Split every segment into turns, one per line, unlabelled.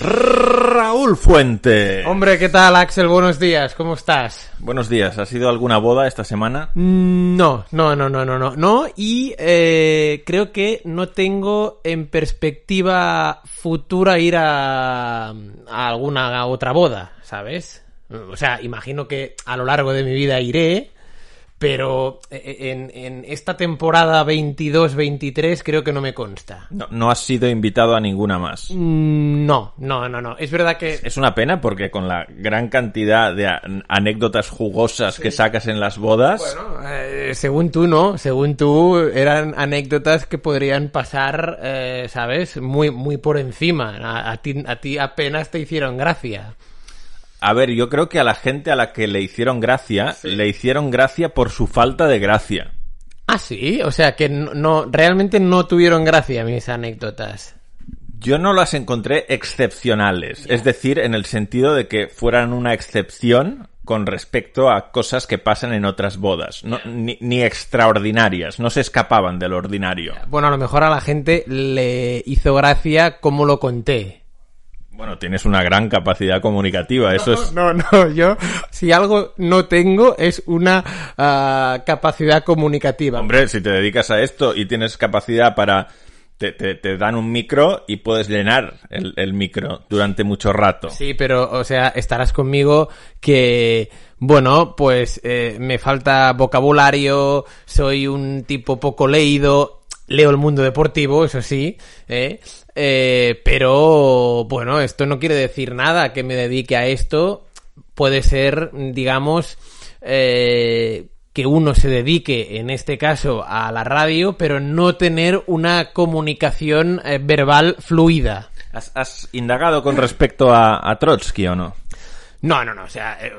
Raúl Fuente.
Hombre, ¿qué tal, Axel? Buenos días, ¿cómo estás?
Buenos días. ¿Ha sido alguna boda esta semana?
No, no, no, no, no, no, no. Y eh, creo que no tengo en perspectiva futura ir a, a alguna otra boda, ¿sabes? O sea, imagino que a lo largo de mi vida iré, pero eh, en, en esta temporada 22-23 creo que no me consta.
No, no has sido invitado a ninguna más.
Mm, No, no, no, no. Es verdad que...
Es una pena porque con la gran cantidad de a- anécdotas jugosas que sacas en las bodas,
Bueno, eh, según tú, no. Según tú, eran anécdotas que podrían pasar, eh, ¿sabes? Muy, muy por encima. A, a ti, a ti apenas te hicieron gracia.
a ver, yo creo que a la gente a la que le hicieron gracia, le hicieron gracia por su falta de gracia.
Ah, sí. O sea, que no, no- realmente no tuvieron gracia mis anécdotas.
Yo no las encontré excepcionales, es decir, en el sentido de que fueran una excepción con respecto a cosas que pasan en otras bodas, no- ni, ni extraordinarias, no se escapaban del ordinario.
Bueno, a lo mejor a la gente le hizo gracia como lo conté.
Bueno, tienes una gran capacidad comunicativa, eso es...
No, no, yo si algo no tengo es una ah, capacidad comunicativa.
Hombre, si te dedicas a esto y tienes capacidad para... Te, te- te dan un micro y puedes llenar el, el micro durante mucho rato.
Sí, pero, o sea, estarás conmigo que, bueno, pues eh, me falta vocabulario, soy un tipo poco leído, leo el mundo deportivo, eso sí, ¿eh? Eh, pero, bueno, esto no quiere decir nada que me dedique a esto. Puede ser, digamos, eh, que uno se dedique, en este caso, a la radio, pero no tener una comunicación eh, verbal fluida.
¿Has, has indagado con respecto a, a Trotsky o no?
No, no, no, o sea, eh,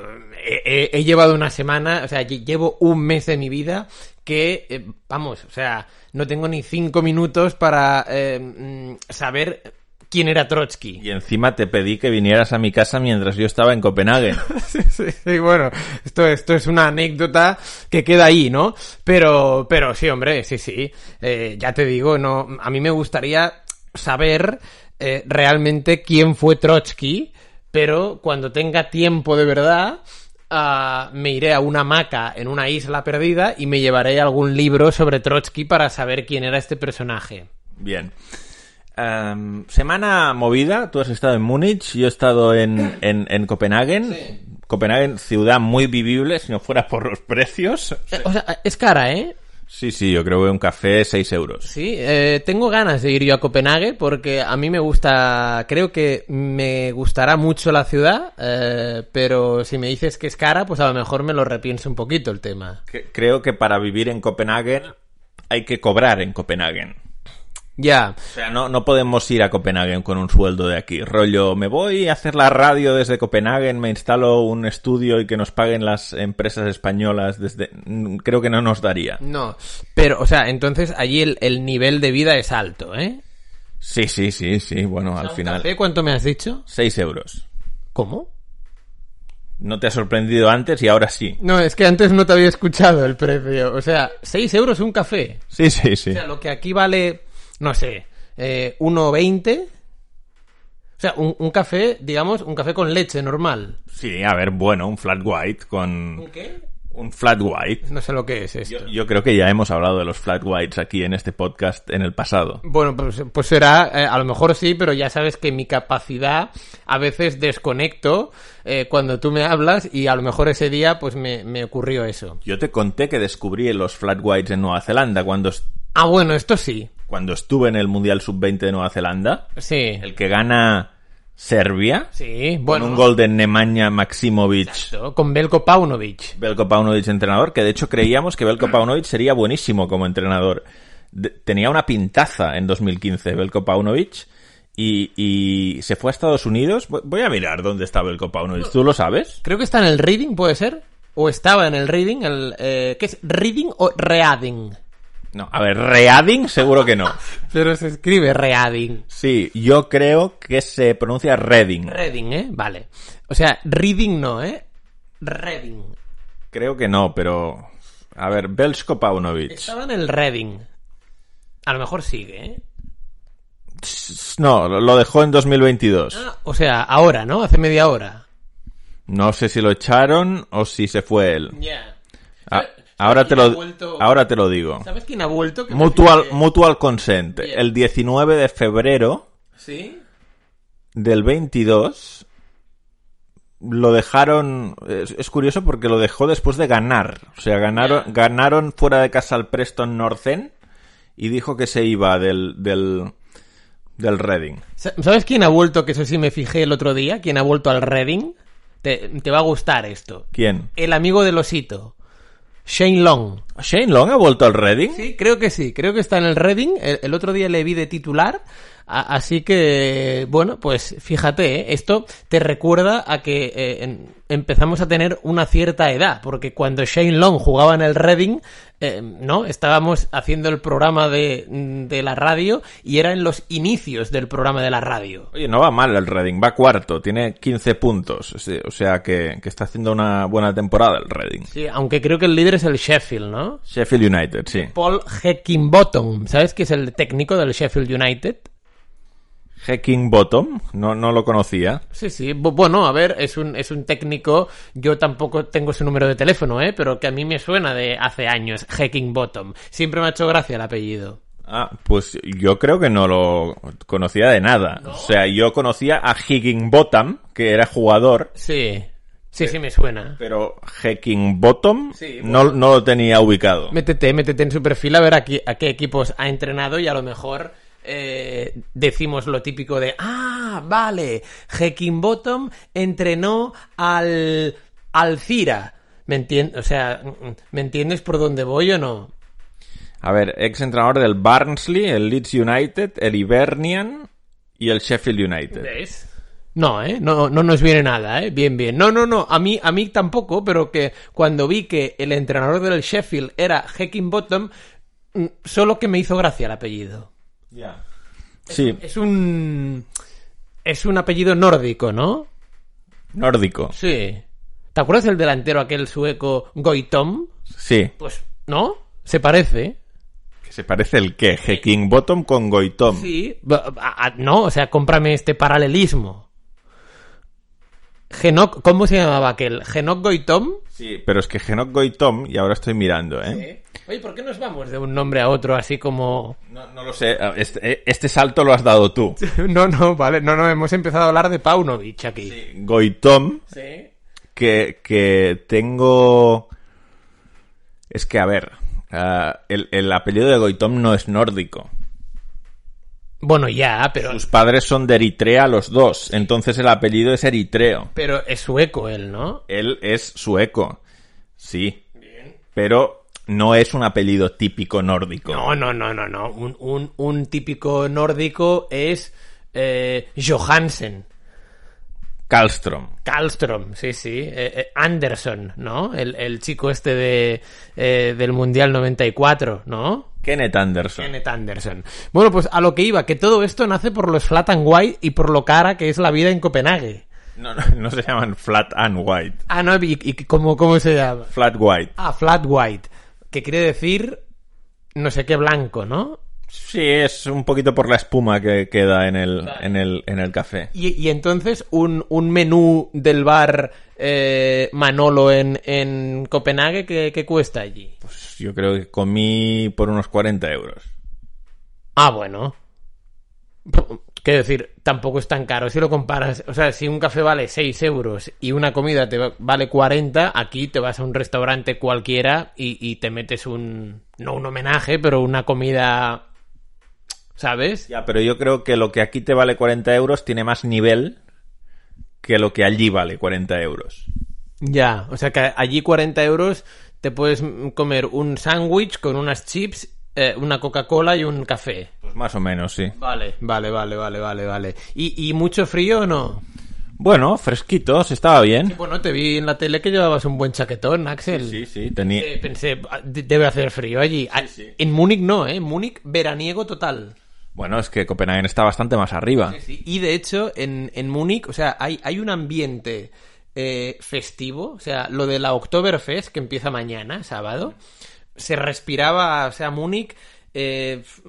eh, he, llevado una semana, o sea, lle- llevo un mes de mi vida que, eh, vamos, o sea, no tengo ni cinco minutos para eh, mm, saber quién era Trotsky.
Y encima te pedí que vinieras a mi casa mientras yo estaba en Copenhague.
Sí, sí, sí, bueno, esto, esto es una anécdota que queda ahí, ¿no? Pero, pero sí, hombre, sí, sí, eh, ya te digo, no, a mí me gustaría saber eh, realmente quién fue Trotsky, pero cuando tenga tiempo de verdad, ah, me iré a una hamaca en una isla perdida y me llevaré algún libro sobre Trotsky para saber quién era este personaje.
Bien. Em, semana movida, tú has estado en Múnich, yo he estado en, en, en Copenhague. Copenhague, ciudad muy vivible, si no fuera por los precios.
O sea, es cara, ¿eh?
Sí, sí, yo creo que un café 6 euros.
Sí, eh, tengo ganas de ir yo a Copenhague porque a mí me gusta, creo que me gustará mucho la ciudad, eh, pero si me dices que es cara, pues a lo mejor me lo repienso un poquito el tema.
Que- creo que para vivir en Copenhague hay que cobrar en Copenhague.
Ya,
O sea, no, no podemos ir a Copenhague con un sueldo de aquí. Rollo, me voy a hacer la radio desde Copenhague, me instalo un estudio y que nos paguen las empresas españolas desde... Mm, Creo que no nos daría.
no, pero, o sea, entonces allí el, el nivel de vida es alto, ¿eh?
Sí, sí, sí, sí, bueno, al
¿Un
final...
café cuánto me has dicho?
6 euros.
¿Cómo?
No te ha sorprendido antes y ahora sí.
No, es que antes no te había escuchado el precio. O sea, 6 euros un café.
Sí, sí, sí.
O sea, lo que aquí vale, no sé, eh, 1,20. O sea, un, un café, digamos, un café con leche normal.
Sí, a ver, bueno, un flat white con...
qué?
Un flat white.
No sé lo que es esto.
Yo, yo creo que ya hemos hablado de los flat whites aquí en este podcast en el pasado.
Bueno, pues, pues será, eh, a lo mejor sí, pero ya sabes que mi capacidad a veces desconecto eh, cuando tú me hablas y a lo mejor ese día pues me, me ocurrió eso.
Yo te conté que descubrí los flat whites en Nueva Zelanda cuando est-
Ah, bueno, esto sí,
cuando estuve en el Mundial Sub-20 de Nueva Zelanda,
sí,
el que gana Serbia,
sí, bueno,
con un gol de Nemanja Maksimovic,
esto, con Belko Paunovic.
Belko Paunovic entrenador, que de hecho creíamos que Belko Paunovic sería buenísimo como entrenador. De- tenía una pintaza en 2015 Belko Paunovic y, y se fue a Estados Unidos. Voy- Voy a mirar dónde está Belko Paunovic, ¿tú lo sabes?
Creo que está en el Reading, ¿puede ser? O estaba en el Reading, el, eh, ¿qué es? ¿Reading o Reading?
No, a ver, Reading seguro que no.
Pero se escribe Reading.
Sí, yo creo que se pronuncia Reading.
Reading, ¿eh? Vale. O sea, Reading no, ¿eh? Reading.
Creo que no, pero... A ver, Belko Paunovic.
Estaba en el Reading. A lo mejor sigue, ¿eh?
No, lo- lo dejó en 2022.
Ah, o sea, ahora, ¿no? Hace media hora.
No sé si lo echaron o si se fue él.
Ya.
A- ahora, te
quién ha
lo,
vuelto-
ahora te lo digo.
¿Sabes quién ha vuelto? Que
Mutual, mutual Consent.
Bien.
El 19 de febrero
Sí.
del 22 lo dejaron... Es, es curioso porque lo dejó después de ganar. O sea, ganaron, ganaron fuera de casa al Preston North End y dijo que se iba del... del del Reading.
Sa- ¿Sabes quién ha vuelto? Que eso sí me fijé el otro día. ¿Quién ha vuelto al Reading? Te, te va a gustar esto.
¿Quién?
El amigo del osito. Shane Long.
¿Shane Long ha vuelto al Reading?
Sí, creo que sí, creo que está en el Reading. El, el otro día le vi de titular, a- así que, bueno, pues fíjate, ¿eh? esto te recuerda a que eh, en- empezamos a tener una cierta edad, porque cuando Shane Long jugaba en el Reading, eh, ¿no? Estábamos haciendo el programa de, de la radio y era en los inicios del programa de la radio.
Oye, no va mal el Reading, va cuarto, tiene 15 puntos, o sea- o sea que, que está haciendo una buena temporada el Reading.
Sí, aunque creo que el líder es el Sheffield, ¿no?
Sheffield United, sí.
Paul Heckingbottom, ¿sabes que es el técnico del Sheffield United?
Hacking Bottom, no, no lo conocía.
Sí, sí. Bu- Bueno, a ver, es un, es un técnico. Yo tampoco tengo su número de teléfono, ¿eh? Pero que a mí me suena de hace años, Hacking Bottom. Siempre me ha hecho gracia el apellido.
Ah, pues yo creo que no lo conocía de nada. O sea, yo conocía a Higginbottom, que era jugador,
Sí. Sí, sí, me suena.
pero Hackingbottom
Sí,
no, no lo tenía ubicado.
Métete, métete en su perfil a ver a qué, a qué equipos ha entrenado y a lo mejor eh, decimos lo típico de Ah, vale, Hacking Bottom entrenó al. al Cira. ¿Me entiendes? O sea, ¿me entiendes por dónde voy o no?
A ver, ex entrenador del Barnsley, el Leeds United, el Hibernian y el Sheffield United.
¿Ves? No, ¿eh? No, no nos viene nada, ¿eh? Bien, bien. No, no, no. A mí, a mí tampoco, pero que cuando vi que el entrenador del Sheffield era Heckingbottom, mm, solo que me hizo gracia el apellido.
Ya. Sí,
Es un... Es un apellido nórdico, ¿no?
nórdico.
Sí. ¿Te acuerdas del delantero aquel sueco Goitom?
Sí.
Pues, ¿no? Se parece.
Que se parece el qué? Hacking Bottom con Goitom.
Sí. Ba- a- a- No, o sea, cómprame este paralelismo. Genoc, ¿cómo se llamaba aquel? ¿Genoc Goitom?
Sí, pero es que Genoc Goitom, y ahora estoy mirando, ¿eh?
¿Eh? Oye, ¿por qué nos vamos de un nombre a otro así como...
No, no lo sé, este, este salto lo has dado tú.
No, no, vale, no, no, hemos empezado a hablar de Paunovic aquí. Sí.
Goitom, que, que tengo... Es que, a ver, Ah, el, el apellido de Goitom no es nórdico.
Bueno, ya, pero,
Sus padres son de Eritrea los dos, entonces el apellido es eritreo.
pero es sueco él, ¿no?
Él es sueco, sí. Pero no es un apellido típico nórdico.
No, no, no, no, no. Un, un, un típico nórdico es eh, Johansen,
Karlström.
Karlström, sí, sí. eh, eh, Anderson, ¿no? El, el chico este de, eh, del Mundial 94, ¿no?
Kenneth Anderson.
Kenneth Anderson. Bueno, pues a lo que iba, que todo esto nace por los flat and white y por lo cara que es la vida en Copenhague.
No, no, no se llaman flat and white.
Ah, no, y, y cómo, cómo se llama.
Flat white.
Ah, flat white, que quiere decir no sé qué blanco, ¿no?
Sí, es un poquito por la espuma que queda en el, en el, en el café.
Y, y entonces un, un menú del bar eh, Manolo en, en Copenhague, ¿qué, qué cuesta allí?
Pues yo creo que comí por unos 40 euros.
Ah, bueno. Quiero decir, tampoco es tan caro si lo comparas. O sea, si un café vale 6 euros y una comida te va- vale 40, aquí te vas a un restaurante cualquiera y, y te metes un. No un homenaje, pero una comida. ¿Sabes?
Ya, pero yo creo que lo que aquí te vale 40 euros tiene más nivel que lo que allí vale 40 euros.
Ya, o sea que allí 40 euros te puedes mm, comer un sándwich con unas chips, eh, una Coca-Cola y un café.
Pues más o menos, sí.
Vale. Vale, vale, vale, vale, vale. ¿Y, y mucho frío o no?
Bueno, fresquitos, estaba bien.
Bueno, te vi en la tele que llevabas un buen chaquetón, Axel.
Sí, sí, tenía...
Eh, pensé, ah, de- debe hacer frío allí. Ah, En Múnich no, ¿eh? En Múnich, veraniego total.
Bueno, es que Copenhague está bastante más arriba.
Sí, Y de hecho, en, en Múnich, o sea, hay, hay un ambiente eh, festivo, o sea, lo de la Oktoberfest, que empieza mañana, sábado, se respiraba, o sea, Múnich eh, f-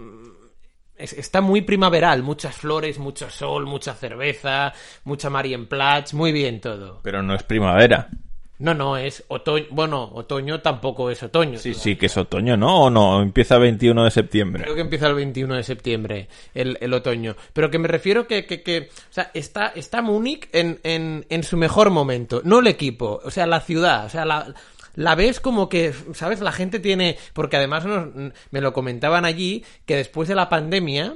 es- está muy primaveral, muchas flores, mucho sol, mucha cerveza, mucha Marienplatz, muy bien todo.
Pero no es primavera.
No, no, es otoño, bueno, otoño tampoco es otoño.
Sí, sí, que es otoño, ¿no? ¿O no? Empieza 21 de septiembre.
Creo que empieza el 21 de septiembre, el, el otoño. Pero que me refiero que, que, que o sea, está, está Múnich en, en, en su mejor momento. No el equipo, o sea, la ciudad. O sea, la, la ves como que, ¿sabes? La gente tiene... Porque además nos- me lo comentaban allí, que después de la pandemia...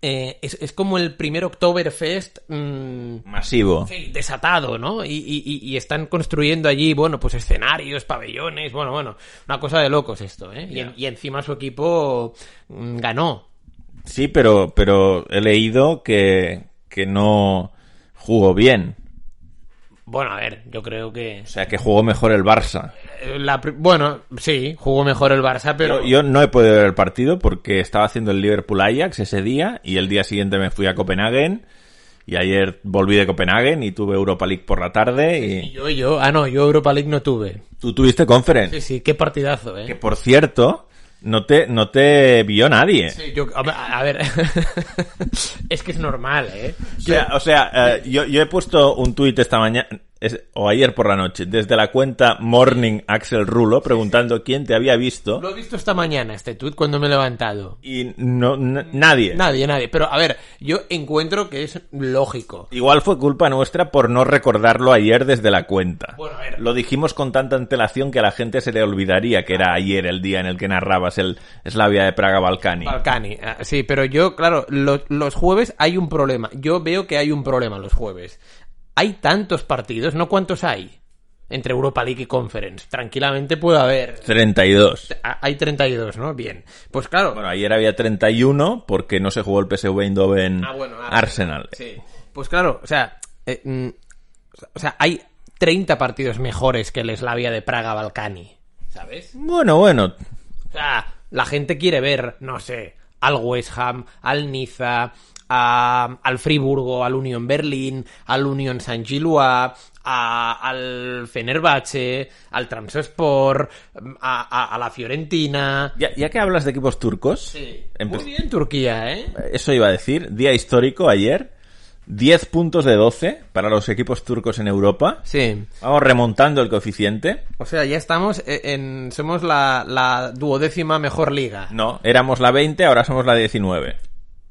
eh, es, es como el primer Oktoberfest mm,
Masivo.
Sí, desatado, ¿no? Y, y- y- y están construyendo allí, bueno, pues escenarios, pabellones, bueno, bueno, una cosa de locos esto, ¿eh? Y en- Y, encima su equipo mm, ganó.
Sí, pero, pero he leído que, que no jugó bien.
Bueno, a ver, yo creo que...
O sea, que jugó mejor el Barça.
eh, la pri- bueno, sí, jugó mejor el Barça, pero...
Pero yo no he podido ver el partido porque estaba haciendo el Liverpool Ajax ese día y el día siguiente me fui a Copenhague y ayer volví de Copenhague y tuve Europa League por la tarde
y
y
yo, yo, ah, no, yo Europa League no tuve.
tú tuviste conference.
Sí, sí, qué partidazo, ¿eh?
Que por cierto, no te, no te vio nadie.
Sí, yo- a ver, a ver, es que es normal, ¿eh?
O sea, o sea, eh, yo, yo he puesto un tuit esta mañana o ayer por la noche desde la cuenta Morning Axel Rulo preguntando quién te había visto
Lo he visto esta mañana, este tuit, cuando me he levantado.
y no, n- nadie.
Nadie, nadie. Pero a ver, yo encuentro que es lógico.
Igual fue culpa nuestra por no recordarlo ayer desde la cuenta.
Bueno, a ver.
Lo dijimos con tanta antelación que a la gente se le olvidaría que era ayer el día en el que narrabas el Slavia de Praga Balcani.
Balcani, ah, sí, pero yo, claro, lo- los jueves hay un problema. Yo veo que hay un problema los jueves. Hay tantos partidos, ¿no cuántos hay? Entre Europa League y Conference. Tranquilamente puede haber.
32.
Ah, Hay 32, ¿no? Bien. Pues claro.
Bueno, ayer había 31 porque no se jugó el PSV Eindhoven
Ah, bueno,
Arsenal.
Sí. Pues claro, o sea, eh, mm, o sea, hay 30 partidos mejores que el Slavia de Praga-Balcani. ¿Sabes?
Bueno, bueno.
O sea, la gente quiere ver, no sé, al West Ham, al Niza, a- al Friburgo, al Union Berlin, al Union San Gilua, al Fenerbahce, al Tramsospor, a, a- a la Fiorentina.
Ya, ya que hablas de equipos turcos, empe-
Muy bien Turquía, ¿eh?
eso iba a decir, día histórico ayer, 10 puntos de 12 para los equipos turcos en Europa.
Sí.
Vamos remontando el coeficiente.
O sea, ya estamos e-, en... en- somos la, la duodécima mejor liga.
No, éramos la 20, ahora somos la 19.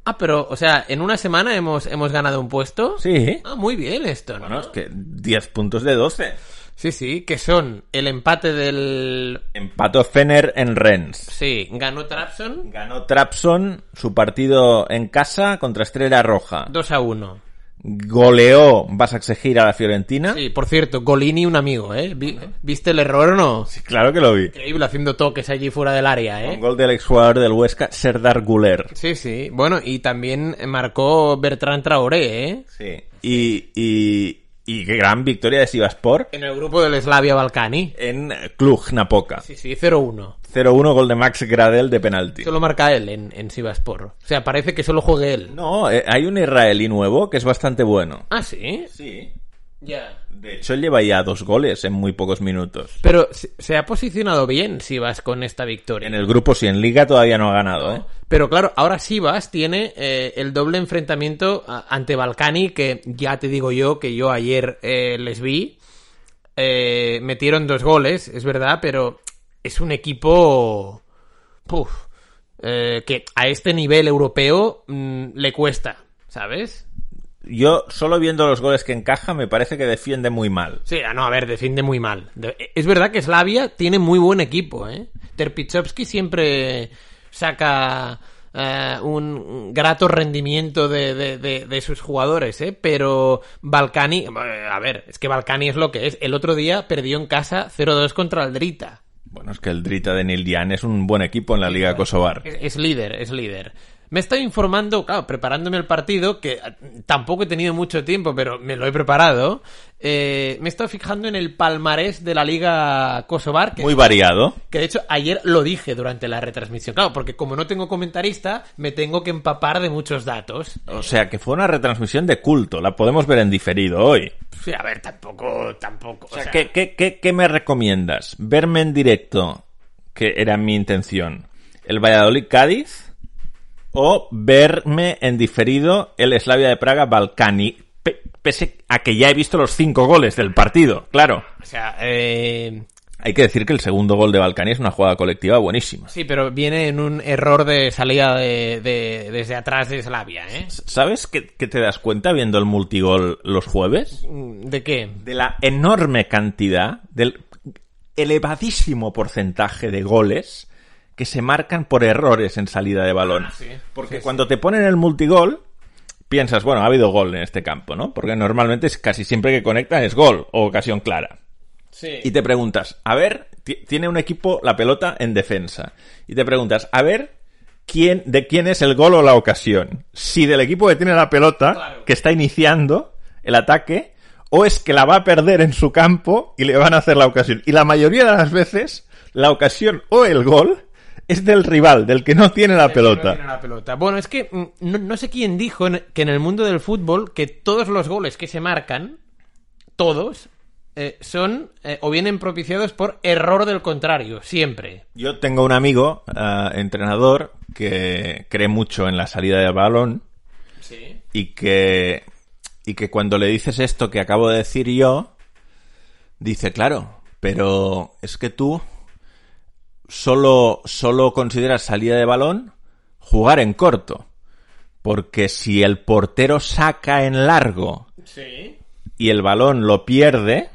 Ah, pero, o sea, en una semana hemos, hemos ganado un puesto.
Sí.
Ah, muy bien esto, ¿no?
Bueno, es que 10 puntos de 12.
Sí, sí, que son el empate del...
Empató Fener en Rennes.
Sí, ganó Trapson
Ganó Trapson su partido en casa contra Estrella Roja.
2 a 1.
Goleó vas a exigir a la Fiorentina.
Sí, por cierto, Golini un amigo, ¿eh? Vi- ¿Viste el error o no?
Sí, claro que lo vi.
Increíble haciendo toques allí fuera del área,
Un
¿eh?
gol del exjugador del Huesca, Serdar Guler.
Sí, sí. Bueno, y también marcó Bertrand Traoré, ¿eh?
Sí. Y, y, y qué gran victoria de Sivaspor
En el grupo del Slavia Balcani.
en Cluj Napoca.
Sí, sí, 0-1.
0-1 gol de Max Gradel de penalti.
Solo marca él en, en Sivaspor. O sea, parece que solo juegue él.
No, eh, hay un israelí nuevo que es bastante bueno.
Ah, sí.
Sí.
Ya.
De hecho, lleva ya dos goles en muy pocos minutos.
Pero se, se ha posicionado bien Sivas con esta victoria.
En el grupo sí, en Liga todavía no ha ganado, ¿eh?
Pero claro, ahora Sivas tiene eh, el doble enfrentamiento a- ante Balcani, que ya te digo yo que yo ayer eh, les vi. Eh, metieron dos goles, es verdad, pero es un equipo... Puf, eh, que a este nivel europeo mm, le cuesta, ¿sabes?
Yo, solo viendo los goles que encaja, me parece que defiende muy mal.
Sí, ah, no, a ver, defiende muy mal. De- Es verdad que Slavia tiene muy buen equipo, ¿eh? Terpichowski siempre saca eh, un grato rendimiento de, de- de- de sus jugadores, ¿eh? Pero Balcani, eh, a ver, es que Balcani es lo que es. El otro día perdió en casa 0-2 contra Aldrita.
Bueno, es que el Drita de Neil Dian es un buen equipo en la Liga Kosovar.
Es, es líder, es líder. Me estoy informando, claro, preparándome el partido, que ah, tampoco he tenido mucho tiempo, pero me lo he preparado. Eh, me he estado fijando en el palmarés de la Liga Kosovar, que,
Muy variado.
que de hecho ayer lo dije durante la retransmisión. Claro, porque como no tengo comentarista, me tengo que empapar de muchos datos.
O sea, que fue una retransmisión de culto. La podemos ver en diferido hoy.
Sí, a ver, tampoco, tampoco.
O sea, ¿qué, qué, qué- qué me recomiendas? ¿Verme en directo, que era mi intención, el Valladolid-Cádiz? ¿O verme en diferido el Slavia de Praga-Balcani? pe- pese a que ya he visto los cinco goles del partido, claro.
o sea, eh,
Hay que decir que el segundo gol de Balcani es una jugada colectiva buenísima.
sí, pero viene en un error de salida de, de- desde atrás de Slavia, ¿eh?
¿Sabes qué, qué te das cuenta viendo el multigol los jueves?
Mm, ¿De qué?
de la enorme cantidad, del elevadísimo porcentaje de goles que se marcan por errores en salida de balón.
Ah, sí,
Porque
sí,
cuando te ponen el multigol, piensas, bueno, ha habido gol en este campo, ¿no? Porque normalmente es casi siempre que conectan es gol o ocasión clara.
Sí.
Y te preguntas, a ver, ti- tiene un equipo la pelota en defensa. Y te preguntas, a ver, quién, de quién es el gol o la ocasión. Si del equipo que tiene la pelota,
Claro.
que está iniciando el ataque, o es que la va a perder en su campo y le van a hacer la ocasión. Y la mayoría de las veces, la ocasión o el gol es del rival, del que no tiene la
No
pelota.
tiene la pelota. Bueno, es que mm, no, no sé quién dijo en- que en el mundo del fútbol que todos los goles que se marcan, todos, eh, son eh, o vienen propiciados por error del contrario, siempre.
Yo tengo un amigo, ah, entrenador, que cree mucho en la salida del balón.
Sí.
y que y que cuando le dices esto que acabo de decir yo dice claro pero es que tú solo solo consideras salida de balón jugar en corto porque si el portero saca en largo
Sí.
y el balón lo pierde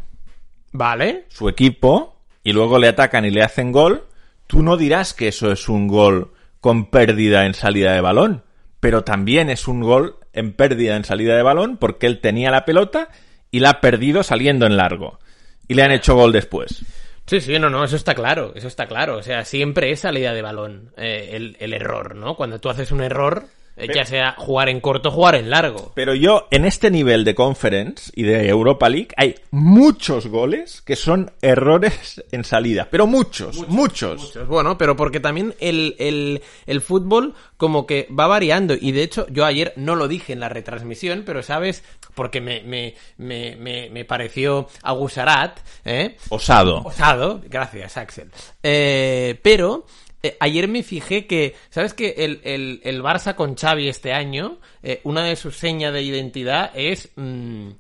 Vale.
su equipo y luego le atacan y le hacen gol, tú no dirás que eso es un gol con pérdida en salida de balón, pero también es un gol en pérdida en salida de balón porque él tenía la pelota y la ha perdido saliendo en largo. Y le han hecho gol después.
Sí, sí, no, no, eso está claro, eso está claro. O sea, siempre es salida de balón eh, el, el error, ¿no? Cuando tú haces un error, eh, ya sea jugar en corto o jugar en largo.
Pero yo, en este nivel de Conference y de Europa League, hay muchos goles que son errores en salida. Pero muchos, muchos.
Muchos, bueno, pero porque también el, el, el fútbol como que va variando. Y de hecho, yo ayer no lo dije en la retransmisión, pero sabes, porque me, me, me, me, me pareció agusarat, ¿eh?
Osado.
Osado, gracias, Axel. Eh, pero eh, ayer me fijé que, ¿sabes que el, el, el Barça con Xavi este año, eh, una de sus señas de identidad es mm,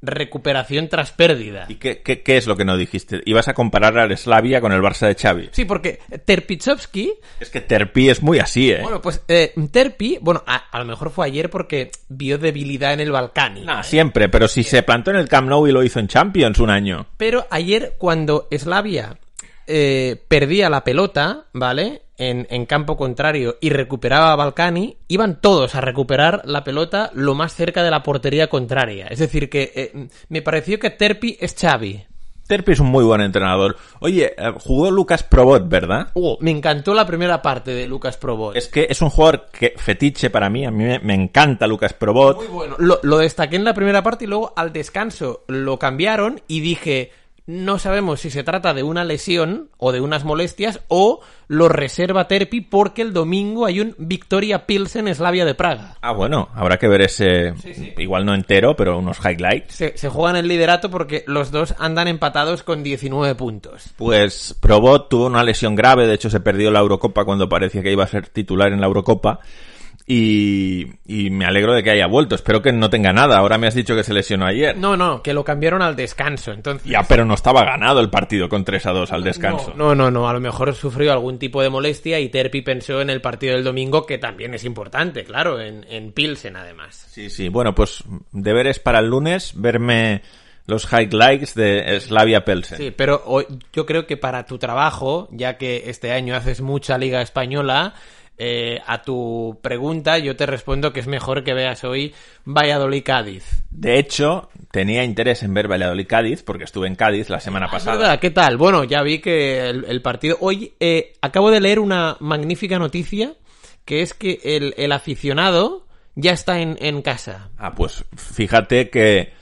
recuperación tras pérdida.
¿Y qué, qué, qué es lo que no dijiste? ¿Ibas a comparar al Slavia con el Barça de Xavi?
Sí, porque Terpichowski
Es que Terpi es muy así, ¿eh?
Bueno, pues eh, Terpi, bueno, a, a lo mejor fue ayer porque vio debilidad en el Balcani.
Nah, siempre, pero si se plantó en el Camp Nou y lo hizo en Champions un año.
Pero ayer cuando Slavia eh, perdía la pelota, ¿vale? En, en campo contrario y recuperaba a Balcani, iban todos a recuperar la pelota lo más cerca de la portería contraria. Es decir, que eh, me pareció que Terpi es Xavi.
Terpi es un muy buen entrenador. Oye, eh, jugó Lucas Probot, ¿verdad?
Oh, me encantó la primera parte de Lucas Probot.
Es que es un jugador que fetiche para mí, a mí me, me encanta Lucas Probot.
Muy bueno. Lo, lo destaqué en la primera parte y luego al descanso lo cambiaron y dije, no sabemos si se trata de una lesión o de unas molestias o lo reserva Terpi porque el domingo hay un Victoria Pilsen Eslavia de Praga.
Ah, bueno, habrá que ver ese, igual no entero, pero unos highlights.
Se, se juegan el liderato porque los dos andan empatados con 19 puntos.
Pues Probot tuvo una lesión grave, de hecho se perdió la Eurocopa cuando parecía que iba a ser titular en la Eurocopa. Y, y me alegro de que haya vuelto. Espero que no tenga nada. Ahora me has dicho que se lesionó ayer.
No, no, que lo cambiaron al descanso, entonces...
Ya, pero no estaba ganado el partido con 3 a 2 al descanso.
No, no, no, a lo mejor sufrió algún tipo de molestia y Terpi pensó en el partido del domingo, que también es importante, claro, en, en Pilsen además.
Sí, sí. Bueno, pues deberes para el lunes verme los highlights de Slavia Pelsen.
Sí, pero hoy- yo creo que para tu trabajo, ya que este año haces mucha liga española, eh, a tu pregunta yo te respondo que es mejor que veas hoy Valladolid-Cádiz.
De hecho, tenía interés en ver Valladolid-Cádiz porque estuve en Cádiz la semana
Es
pasada.
Ah, verdad, ¿Qué tal? Bueno, ya vi que el, el partido... Hoy eh, acabo de leer una magnífica noticia, que es que el, el aficionado ya está en, en casa.
Ah, pues fíjate que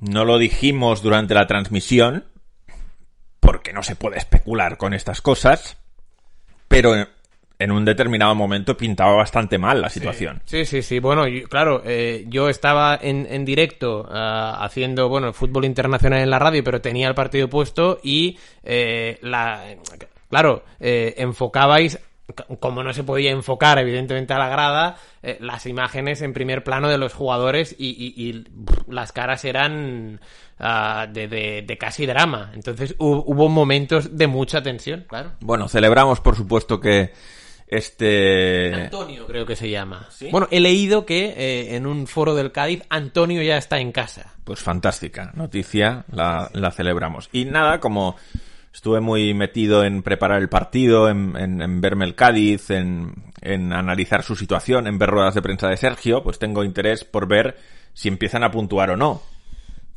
no lo dijimos durante la transmisión, porque no se puede especular con estas cosas, pero en- en un determinado momento pintaba bastante mal la situación.
Sí, sí, sí. Bueno, yo- claro, eh, yo estaba en, en directo ah, haciendo, bueno, fútbol internacional en la radio, pero tenía el partido puesto y eh, la... Claro, eh, enfocabais, c- como no se podía enfocar evidentemente a la grada, eh, las imágenes en primer plano de los jugadores y, y- y, pff, las caras eran ah, de, de- de casi drama. Entonces hu- hubo momentos de mucha tensión, claro.
Bueno, celebramos por supuesto que este...
Antonio creo que se llama. Bueno, he leído que eh, en un foro del Cádiz Antonio ya está en casa.
Pues fantástica noticia, la, la celebramos. Y nada, como estuve muy metido en preparar el partido, en, en- en verme el Cádiz, en, en analizar su situación, en ver ruedas de prensa de Sergio, pues tengo interés por ver si empiezan a puntuar o no.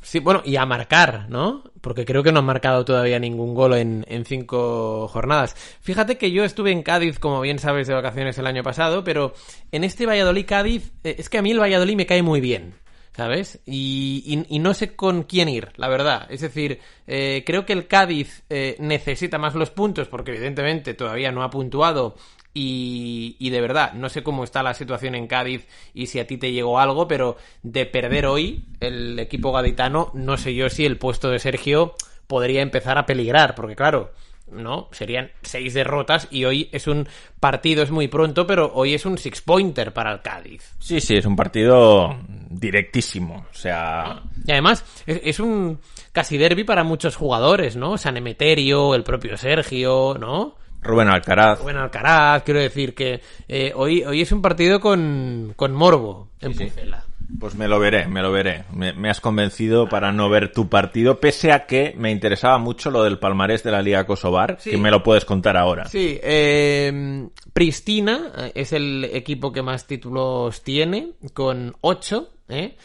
Sí, bueno, y a marcar, ¿no? Porque creo que no han marcado todavía ningún gol en, en cinco jornadas. Fíjate que yo estuve en Cádiz, como bien sabes, de vacaciones el año pasado, pero en este Valladolid-Cádiz, eh, es que a mí el Valladolid me cae muy bien, ¿sabes? Y, y- y no sé con quién ir, la verdad. Es decir, eh, creo que el Cádiz eh, necesita más los puntos, porque evidentemente todavía no ha puntuado Y, y de verdad, no sé cómo está la situación en Cádiz y si a ti te llegó algo, pero de perder hoy el equipo gaditano, no sé yo si el puesto de Sergio podría empezar a peligrar, porque claro, no, serían seis derrotas y hoy es un partido, es muy pronto, pero hoy es un six-pointer para el Cádiz.
Sí, sí, es un partido directísimo. O sea,
Y además, es, es un casi derby para muchos jugadores, ¿no? San Emeterio, el propio Sergio, ¿no?
Rubén Alcaraz.
Bueno, Alcaraz, quiero decir que eh, hoy, hoy es un partido con, con Morbo en Pucela.
Pues me lo veré, me lo veré. Me, me has convencido para no ver tu partido, pese a que me interesaba mucho lo del palmarés de la Liga Kosovar,
Sí.
que me lo puedes contar ahora.
Sí, eh, Pristina eh, es el equipo que más títulos tiene, con 8. ¿eh?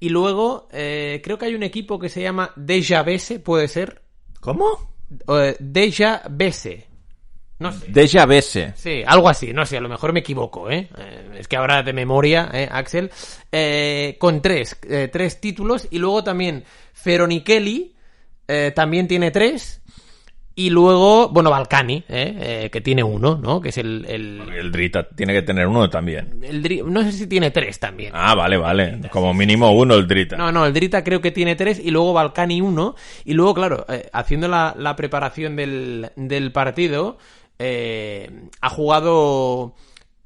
Y luego eh, creo que hay un equipo que se llama Deja Bese, puede ser.
¿Cómo?
O, eh, Deja Bese. No sé.
Deja Bese.
Sí, algo así, no sé, a lo mejor me equivoco, ¿eh? Eh, Es que ahora de memoria, ¿eh, Axel? Eh, con tres, eh, tres títulos y luego también Feronichelli eh, también tiene tres y luego, bueno, Balcani, ¿eh? Eh, que tiene uno, ¿no? Que es el... el,
El Drita tiene que tener uno también.
el Dri- no sé si tiene tres también.
Ah, vale, vale. Como mínimo uno el Drita.
No, no, el Drita creo que tiene tres y luego Balcani uno. Y luego, claro, eh, haciendo la, la preparación del, del partido, eh, ha jugado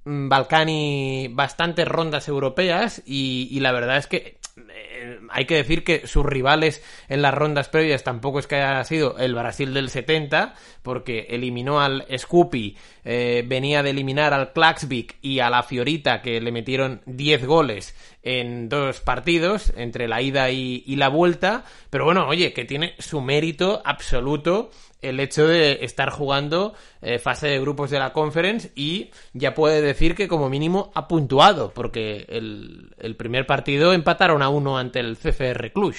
mm, Balcani bastantes rondas europeas y, y la verdad es que eh, hay que decir que sus rivales en las rondas previas tampoco es que haya sido el Brasil del 70, porque eliminó al Scoopy, eh, venía de eliminar al Klaxvik y a la Fiorita, que le metieron 10 goles en dos partidos, entre la ida y, y la vuelta. Pero bueno, oye, que tiene su mérito absoluto el hecho de estar jugando eh, fase de grupos de la conference y ya puede decir que como mínimo ha puntuado, porque el, el primer partido empataron a uno ante el CFR Cluj.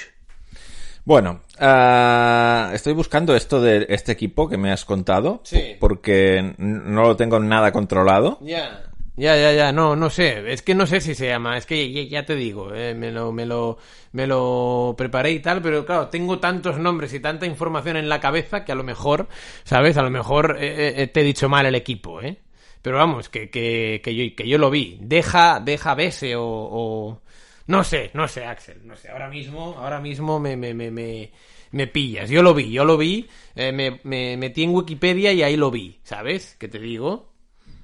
Bueno, uh, estoy buscando esto de este equipo que me has contado,
Sí.
porque no lo tengo nada controlado.
Ya. Ya, ya, ya, no, no sé, es que no sé si se llama, es que ya, ya te digo, eh, me, lo, me, lo, me lo preparé y tal, pero claro, tengo tantos nombres y tanta información en la cabeza que a lo mejor, ¿sabes? A lo mejor eh, eh, te he dicho mal el equipo, ¿eh? Pero vamos, que, que, que, yo, que yo lo vi, deja, deja Bese o, o- No sé, no sé, Axel, no sé, ahora mismo, ahora mismo me... me, me, me me pillas, yo lo vi, yo lo vi, eh, me, me metí en Wikipedia y ahí lo vi, ¿sabes? ¿Qué te digo?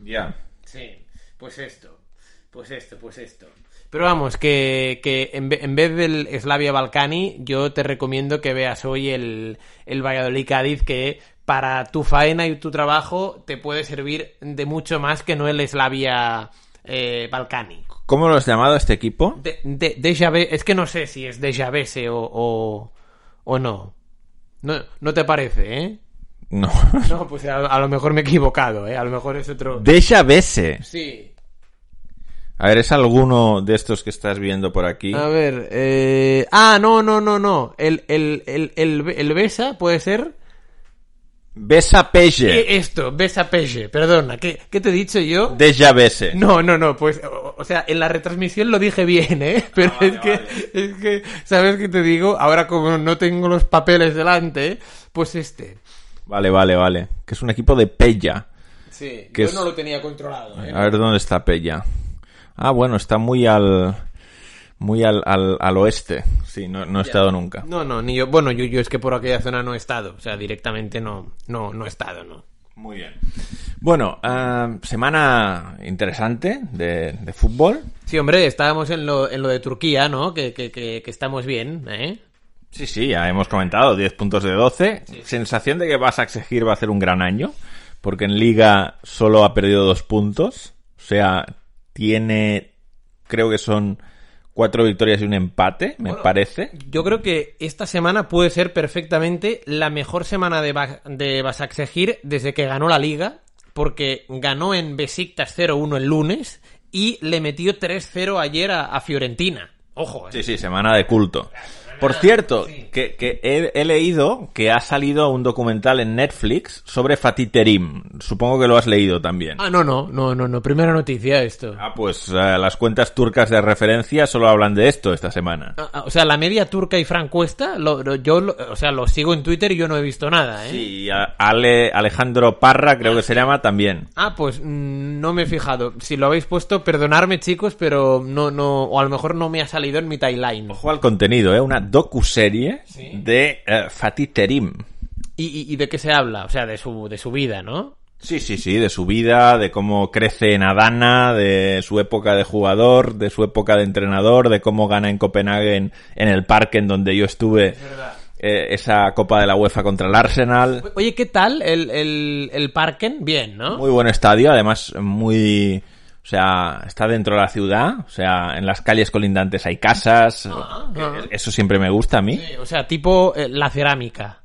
Ya.
Sí, pues esto, pues esto, pues esto. Pero vamos, que, que en, ve- en vez del Slavia Balcani, yo te recomiendo que veas hoy el, el Valladolid Cádiz, que para tu faena y tu trabajo te puede servir de mucho más que no el Slavia eh, Balcani.
¿Cómo lo has llamado a este equipo?
De, de, déjà vu- es que no sé si es Deja Vese o, o, o no. no. No te parece, ¿eh?
No.
No, pues a, a lo mejor me he equivocado, ¿eh? A lo mejor es otro...
Deja Bese.
Sí,
A ver, ¿es alguno de estos que estás viendo por aquí?
A ver, eh... Ah, no, no, no, no. El, el, el, el, el Besa puede ser...
Besa Pelle.
Eh, Esto, Besa Peche, perdona. ¿qué, ¿Qué te he dicho yo?
Deja Bese.
No, no, no, pues, o, o sea, en la retransmisión lo dije bien, ¿eh? Pero
Ah, vale,
es, que,
vale.
es que, ¿sabes qué te digo? Ahora como no tengo los papeles delante, pues este.
Vale, vale, vale. Que es un equipo de Pella.
Sí,
Que yo es- no
lo tenía controlado, ¿eh?
A ver dónde está Pella. Ah, bueno, está muy al. Muy al, al, al oeste. Sí, no, no he estado nunca.
No, no, ni yo. Bueno, yo, yo es que por aquella zona no he estado. O sea, directamente no, no, no he estado, ¿no?
Muy bien. Bueno, ah, semana interesante de, de fútbol.
Sí, hombre, estábamos en lo, en lo de Turquía, ¿no? Que, que, que, que estamos bien, ¿eh?
Sí, sí, ya hemos comentado, 10 puntos de 12. Sensación de que vas a exigir va a hacer un gran año, porque en liga solo ha perdido dos puntos, o sea, tiene, creo que son cuatro victorias y un empate, me parece.
Yo creo que esta semana puede ser perfectamente la mejor semana de, Ba- de Basaksehir desde que ganó la liga, porque ganó en Besiktas 0-1 el lunes y le metió 3-0 ayer a, a Fiorentina. Ojo, ¿eh?
Sí, sí, semana de culto. Por cierto, que, que he, he leído que ha salido un documental en Netflix sobre Fatih Terim. Supongo que lo has leído también.
Ah, no, no, no, no, no, primera noticia esto.
Ah, pues eh, las cuentas turcas de referencia solo hablan de esto esta semana.
Ah, ah, O sea, la media turca y francuesta, lo, lo- yo, lo- o sea, lo sigo en Twitter y yo no he visto nada, ¿eh?
Sí, y a- Ale, Alejandro Parra, creo que se llama también.
Ah, pues mm, no me he fijado. Si lo habéis puesto, perdonadme, chicos, pero no, no, o a lo mejor no me ha salido en mi timeline.
Ojo al contenido, ¿eh? Una docuserie
Sí.
de eh, Fatih Terim.
¿Y, y, y de qué se habla? O sea, de su, de su vida, ¿no?
Sí, sí, sí, de su vida, de cómo crece en Adana, de su época de jugador, de su época de entrenador, de cómo gana en Copenhague en, en el parque en donde yo estuve eh, esa Copa de la UEFA contra el Arsenal.
Oye, ¿qué tal el, el, el Parken? Bien, ¿no?
Muy buen estadio, además muy... O sea, está dentro de la ciudad, o sea, en las calles colindantes hay casas.
Ah, ah.
Eso siempre me gusta a mí.
Sí, o sea, tipo eh, la cerámica.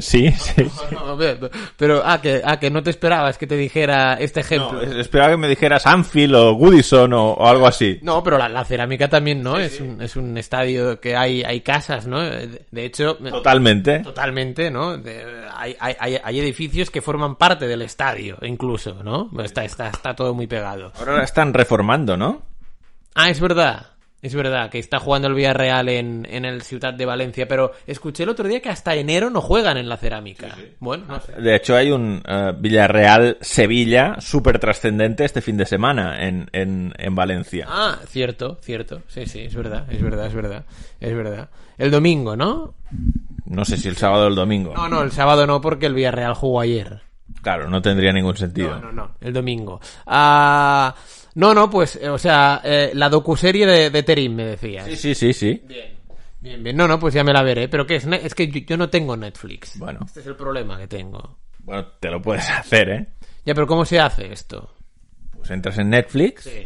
Sí, sí.
No, pero- pero, ah que, ah, que no te esperabas que te dijera este ejemplo. No,
Esperaba que me dijeras Anfield o Goodison o, o algo así.
pero la, la cerámica también, ¿no? es, Un, es un estadio que hay, hay casas, ¿no? De de hecho,
Totalmente.
Totalmente, ¿no? De- hay, hay- hay- hay edificios que forman parte del estadio, incluso, ¿no? Está, está, está todo muy pegado.
Ahora la están reformando, ¿no?
Ah, es verdad. Es verdad que está jugando el Villarreal en, en el Ciudad de Valencia, pero escuché el otro día que hasta enero no juegan en la cerámica. Bueno, no sé.
De hecho, hay un eh, Villarreal-Sevilla súper trascendente este fin de semana en, en, en Valencia.
Ah, cierto, cierto. Sí, sí, es verdad, es verdad, es verdad. Es verdad. El domingo, ¿no?
No sé si el sábado o el domingo.
No, no, el sábado no, porque el Villarreal jugó ayer.
Claro, no tendría ningún sentido.
No, no, no, el domingo. Ah, no, no, pues, eh, o sea, eh, la docuserie de, de Terim, me decías.
Sí, sí, sí, sí.
Bien. Bien, bien. No, no, pues ya me la veré. Pero ¿qué es? Ne- Es que yo, yo no tengo Netflix.
Bueno.
Este es el problema que tengo.
Bueno, te lo puedes hacer, ¿eh?
Ya, pero ¿cómo se hace esto?
Pues entras en Netflix.
O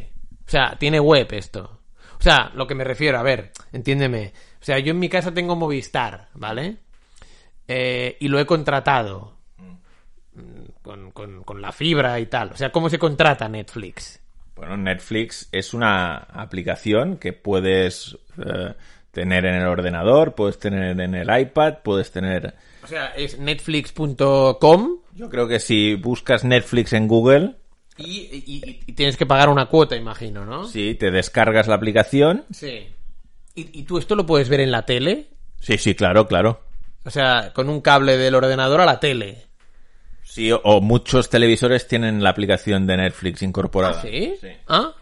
sea, tiene web esto. O sea, lo que me refiero, a ver, entiéndeme. O sea, yo en mi casa tengo Movistar, ¿vale? Eh, y lo he contratado. Mm, Con, con- con la fibra y tal. O sea, ¿cómo se contrata Netflix?
Bueno, Netflix es una aplicación que puedes eh, tener en el ordenador, puedes tener en el iPad, puedes tener...
O sea, es netflix.com
Yo creo que si buscas Netflix en Google,
y, y- y tienes que pagar una cuota, imagino, ¿no?
sí, te descargas la aplicación.
Sí. ¿Y, y tú esto lo puedes ver en la tele?
Sí, sí, claro, claro.
O sea, con un cable del ordenador a la tele.
Sí, o, o muchos televisores tienen la aplicación de Netflix incorporada.
¿Sí? ¿Ah?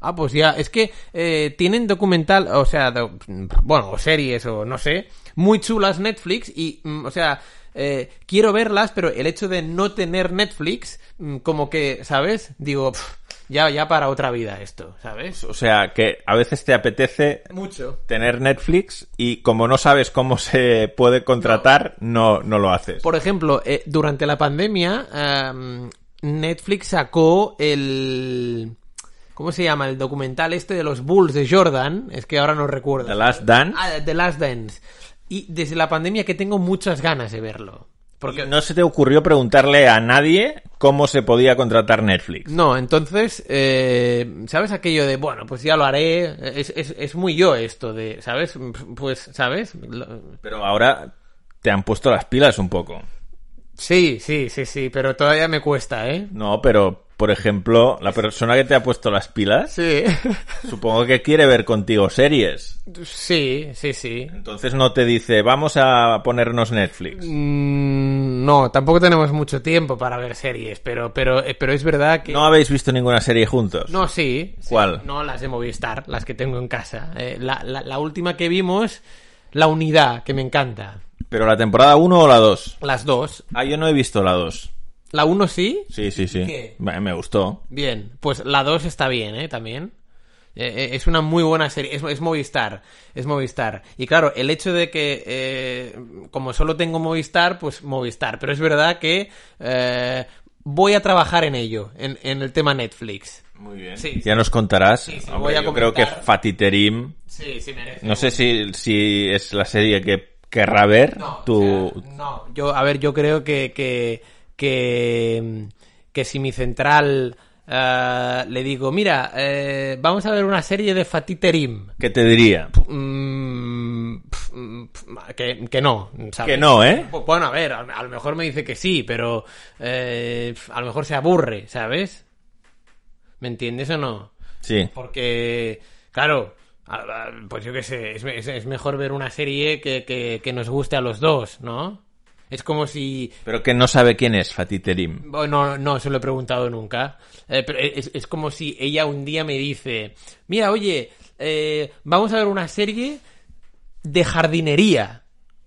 Ah, pues ya, es que eh, tienen documental, o sea, do- bueno, o series o no sé, muy chulas Netflix y, mm, o sea, eh, quiero verlas, pero el hecho de no tener Netflix, mm, como que, ¿sabes? Digo, pf, ya, ya para otra vida esto, ¿sabes?
O sea, que a veces te apetece
Mucho.
tener Netflix y como no sabes cómo se puede contratar, no, no lo haces.
Por ejemplo, eh, durante la pandemia, ehm, Netflix sacó el... ¿Cómo se llama? El documental este de los Bulls de Jordan. Es que ahora no recuerdo.
The Last Dance.
Ah, The Last Dance. Y desde la pandemia que tengo muchas ganas de verlo.
Porque no se te ocurrió preguntarle a nadie cómo se podía contratar Netflix.
No, entonces, eh, ¿sabes aquello de, bueno, pues ya lo haré? Es, es- es muy yo esto de, ¿sabes? Pues, ¿sabes? Lo-
Pero ahora te han puesto las pilas un poco.
Sí, sí, sí, sí, pero todavía me cuesta, ¿eh?
No, pero, por ejemplo, la persona que te ha puesto las pilas,
Sí,
supongo que quiere ver contigo series.
sí, sí, sí.
Entonces no te dice, vamos a ponernos Netflix.
Mm, No, tampoco tenemos mucho tiempo para ver series, pero, pero, eh, pero es verdad que...
No habéis visto ninguna serie juntos.
No, sí. sí.
¿Cuál?
No, las de Movistar, las que tengo en casa. Eh, la, la- la última que vimos, La Unidad, que me encanta.
Pero la temporada 1 o la 2.
Las dos.
Ah, yo no he visto la 2.
La uno sí.
Sí, sí, sí.
¿Qué?
Me me gustó.
Bien. Pues la dos está bien, ¿eh? También. Eh, eh, es una muy buena serie. Es, es Movistar. Es Movistar. Y claro, el hecho de que, eh, como solo tengo Movistar, pues Movistar. Pero es verdad que eh, voy a trabajar en ello, en, en el tema Netflix.
Muy bien.
Sí.
Ya nos contarás.
Sí, sí,
Hombre,
voy a
yo creo que
comentar.
Fatih Terim
Sí, sí merece.
No sé si, si es la serie que querrá ver.
No,
tu...
o sea, no, yo, a ver, yo creo que, que, que, que si mi central eh, le digo, mira, eh, vamos a ver una serie de Fatih Terim.
¿Qué te diría?
Mm, pf, mm, pf, que, que no, ¿sabes?
Que no, ¿eh?
Bu- Bueno, a ver, a, a lo mejor me dice que sí, pero eh, pf, a lo mejor se aburre, ¿sabes? ¿Me entiendes o no?
Sí.
Porque, claro, a- a- pues yo qué sé, es, me- es- es mejor ver una serie que, que- que nos guste a los dos, ¿no? Es como si...
Pero que no sabe quién es Fatih Terim.
Bueno, no se lo he preguntado nunca. Eh, pero es, es como si ella un día me dice, mira, oye, eh, vamos a ver una serie de jardinería,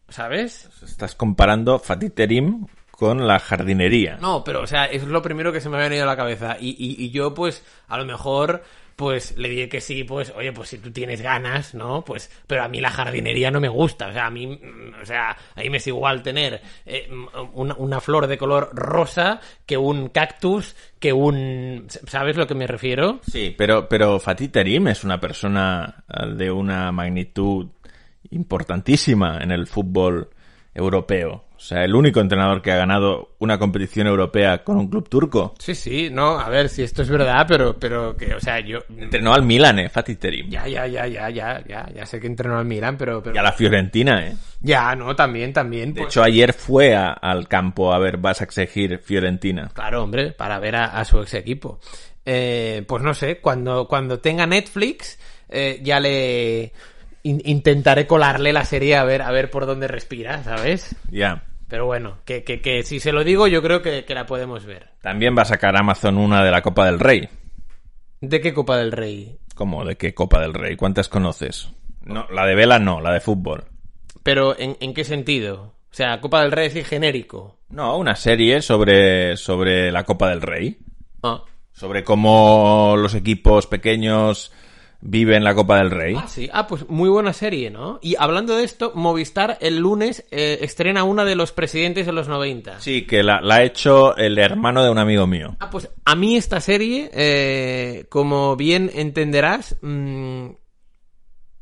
¿sabes?
Estás comparando Fatih Terim con la jardinería.
No, pero, o sea, es lo primero que se me había venido a la cabeza. Y, y- y yo, pues, a lo mejor, pues, le dije que sí, pues, oye, pues si tú tienes ganas, ¿no? Pues, pero a mí la jardinería no me gusta. O sea, a mí, mm, o sea, a mí me es igual tener eh, mm, una, una flor de color rosa que un cactus, que un... ¿Sabes lo que me refiero?
Sí, pero, pero Fatih Terim es una persona eh, de una magnitud importantísima en el fútbol europeo. O sea, el único entrenador que ha ganado una competición europea con un club turco.
Sí, sí, no, a ver si esto es verdad, pero, pero que, o sea, yo...
Entrenó al Milan, ¿eh? Fatih Terim.
Ya, ya, ya, ya, ya, ya, ya sé que entrenó al Milan, pero... pero...
Y a la Fiorentina, ¿eh?
Ya, no, también, también.
De
pues-
hecho, ayer fue a- al campo a ver, vas a exigir Fiorentina.
Claro, hombre, para ver a, a su ex equipo. Eh, pues no sé, cuando, cuando tenga Netflix, eh, ya le in- intentaré colarle la serie a ver, a ver por dónde respira, ¿sabes?
Ya.
Pero bueno, que, que, que si se lo digo, yo creo que, que la podemos ver.
También va a sacar Amazon una de la Copa del Rey.
¿De qué Copa del Rey?
¿Cómo? ¿De qué Copa del Rey? ¿Cuántas conoces? No, la de vela no, la de fútbol.
Pero ¿en, en qué sentido? O sea, Copa del Rey es genérico.
No, una serie sobre, sobre la Copa del Rey.
Ah,
Sobre cómo los equipos pequeños vive en la Copa del Rey.
Ah, sí. Ah, pues muy buena serie, ¿no? Y hablando de esto, Movistar el lunes eh, estrena una de los presidentes de los 90.
Sí, que la, la ha hecho el hermano de un amigo mío.
Ah, pues a mí esta serie, eh, como bien entenderás, mm,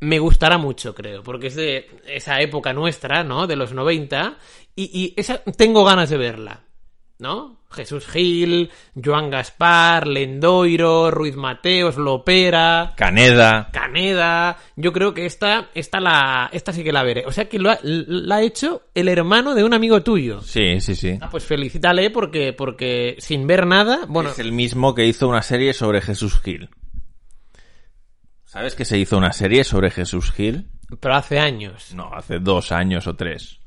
me gustará mucho, creo, porque es de esa época nuestra, ¿no? De los 90. Y, y esa, tengo ganas de verla, ¿no? Jesús Gil, Joan Gaspar, Lendoiro, Ruiz Mateos, Lopera,
Caneda.
Caneda. Yo creo que esta, esta, la, esta sí que la veré. O sea que lo ha- la ha hecho el hermano de un amigo tuyo.
Sí, sí, sí.
Ah, pues felicítale porque, porque sin ver nada, bueno,
Es el mismo que hizo una serie sobre Jesús Gil. ¿Sabes que se hizo una serie sobre Jesús Gil?
pero hace años.
No, hace dos años o tres.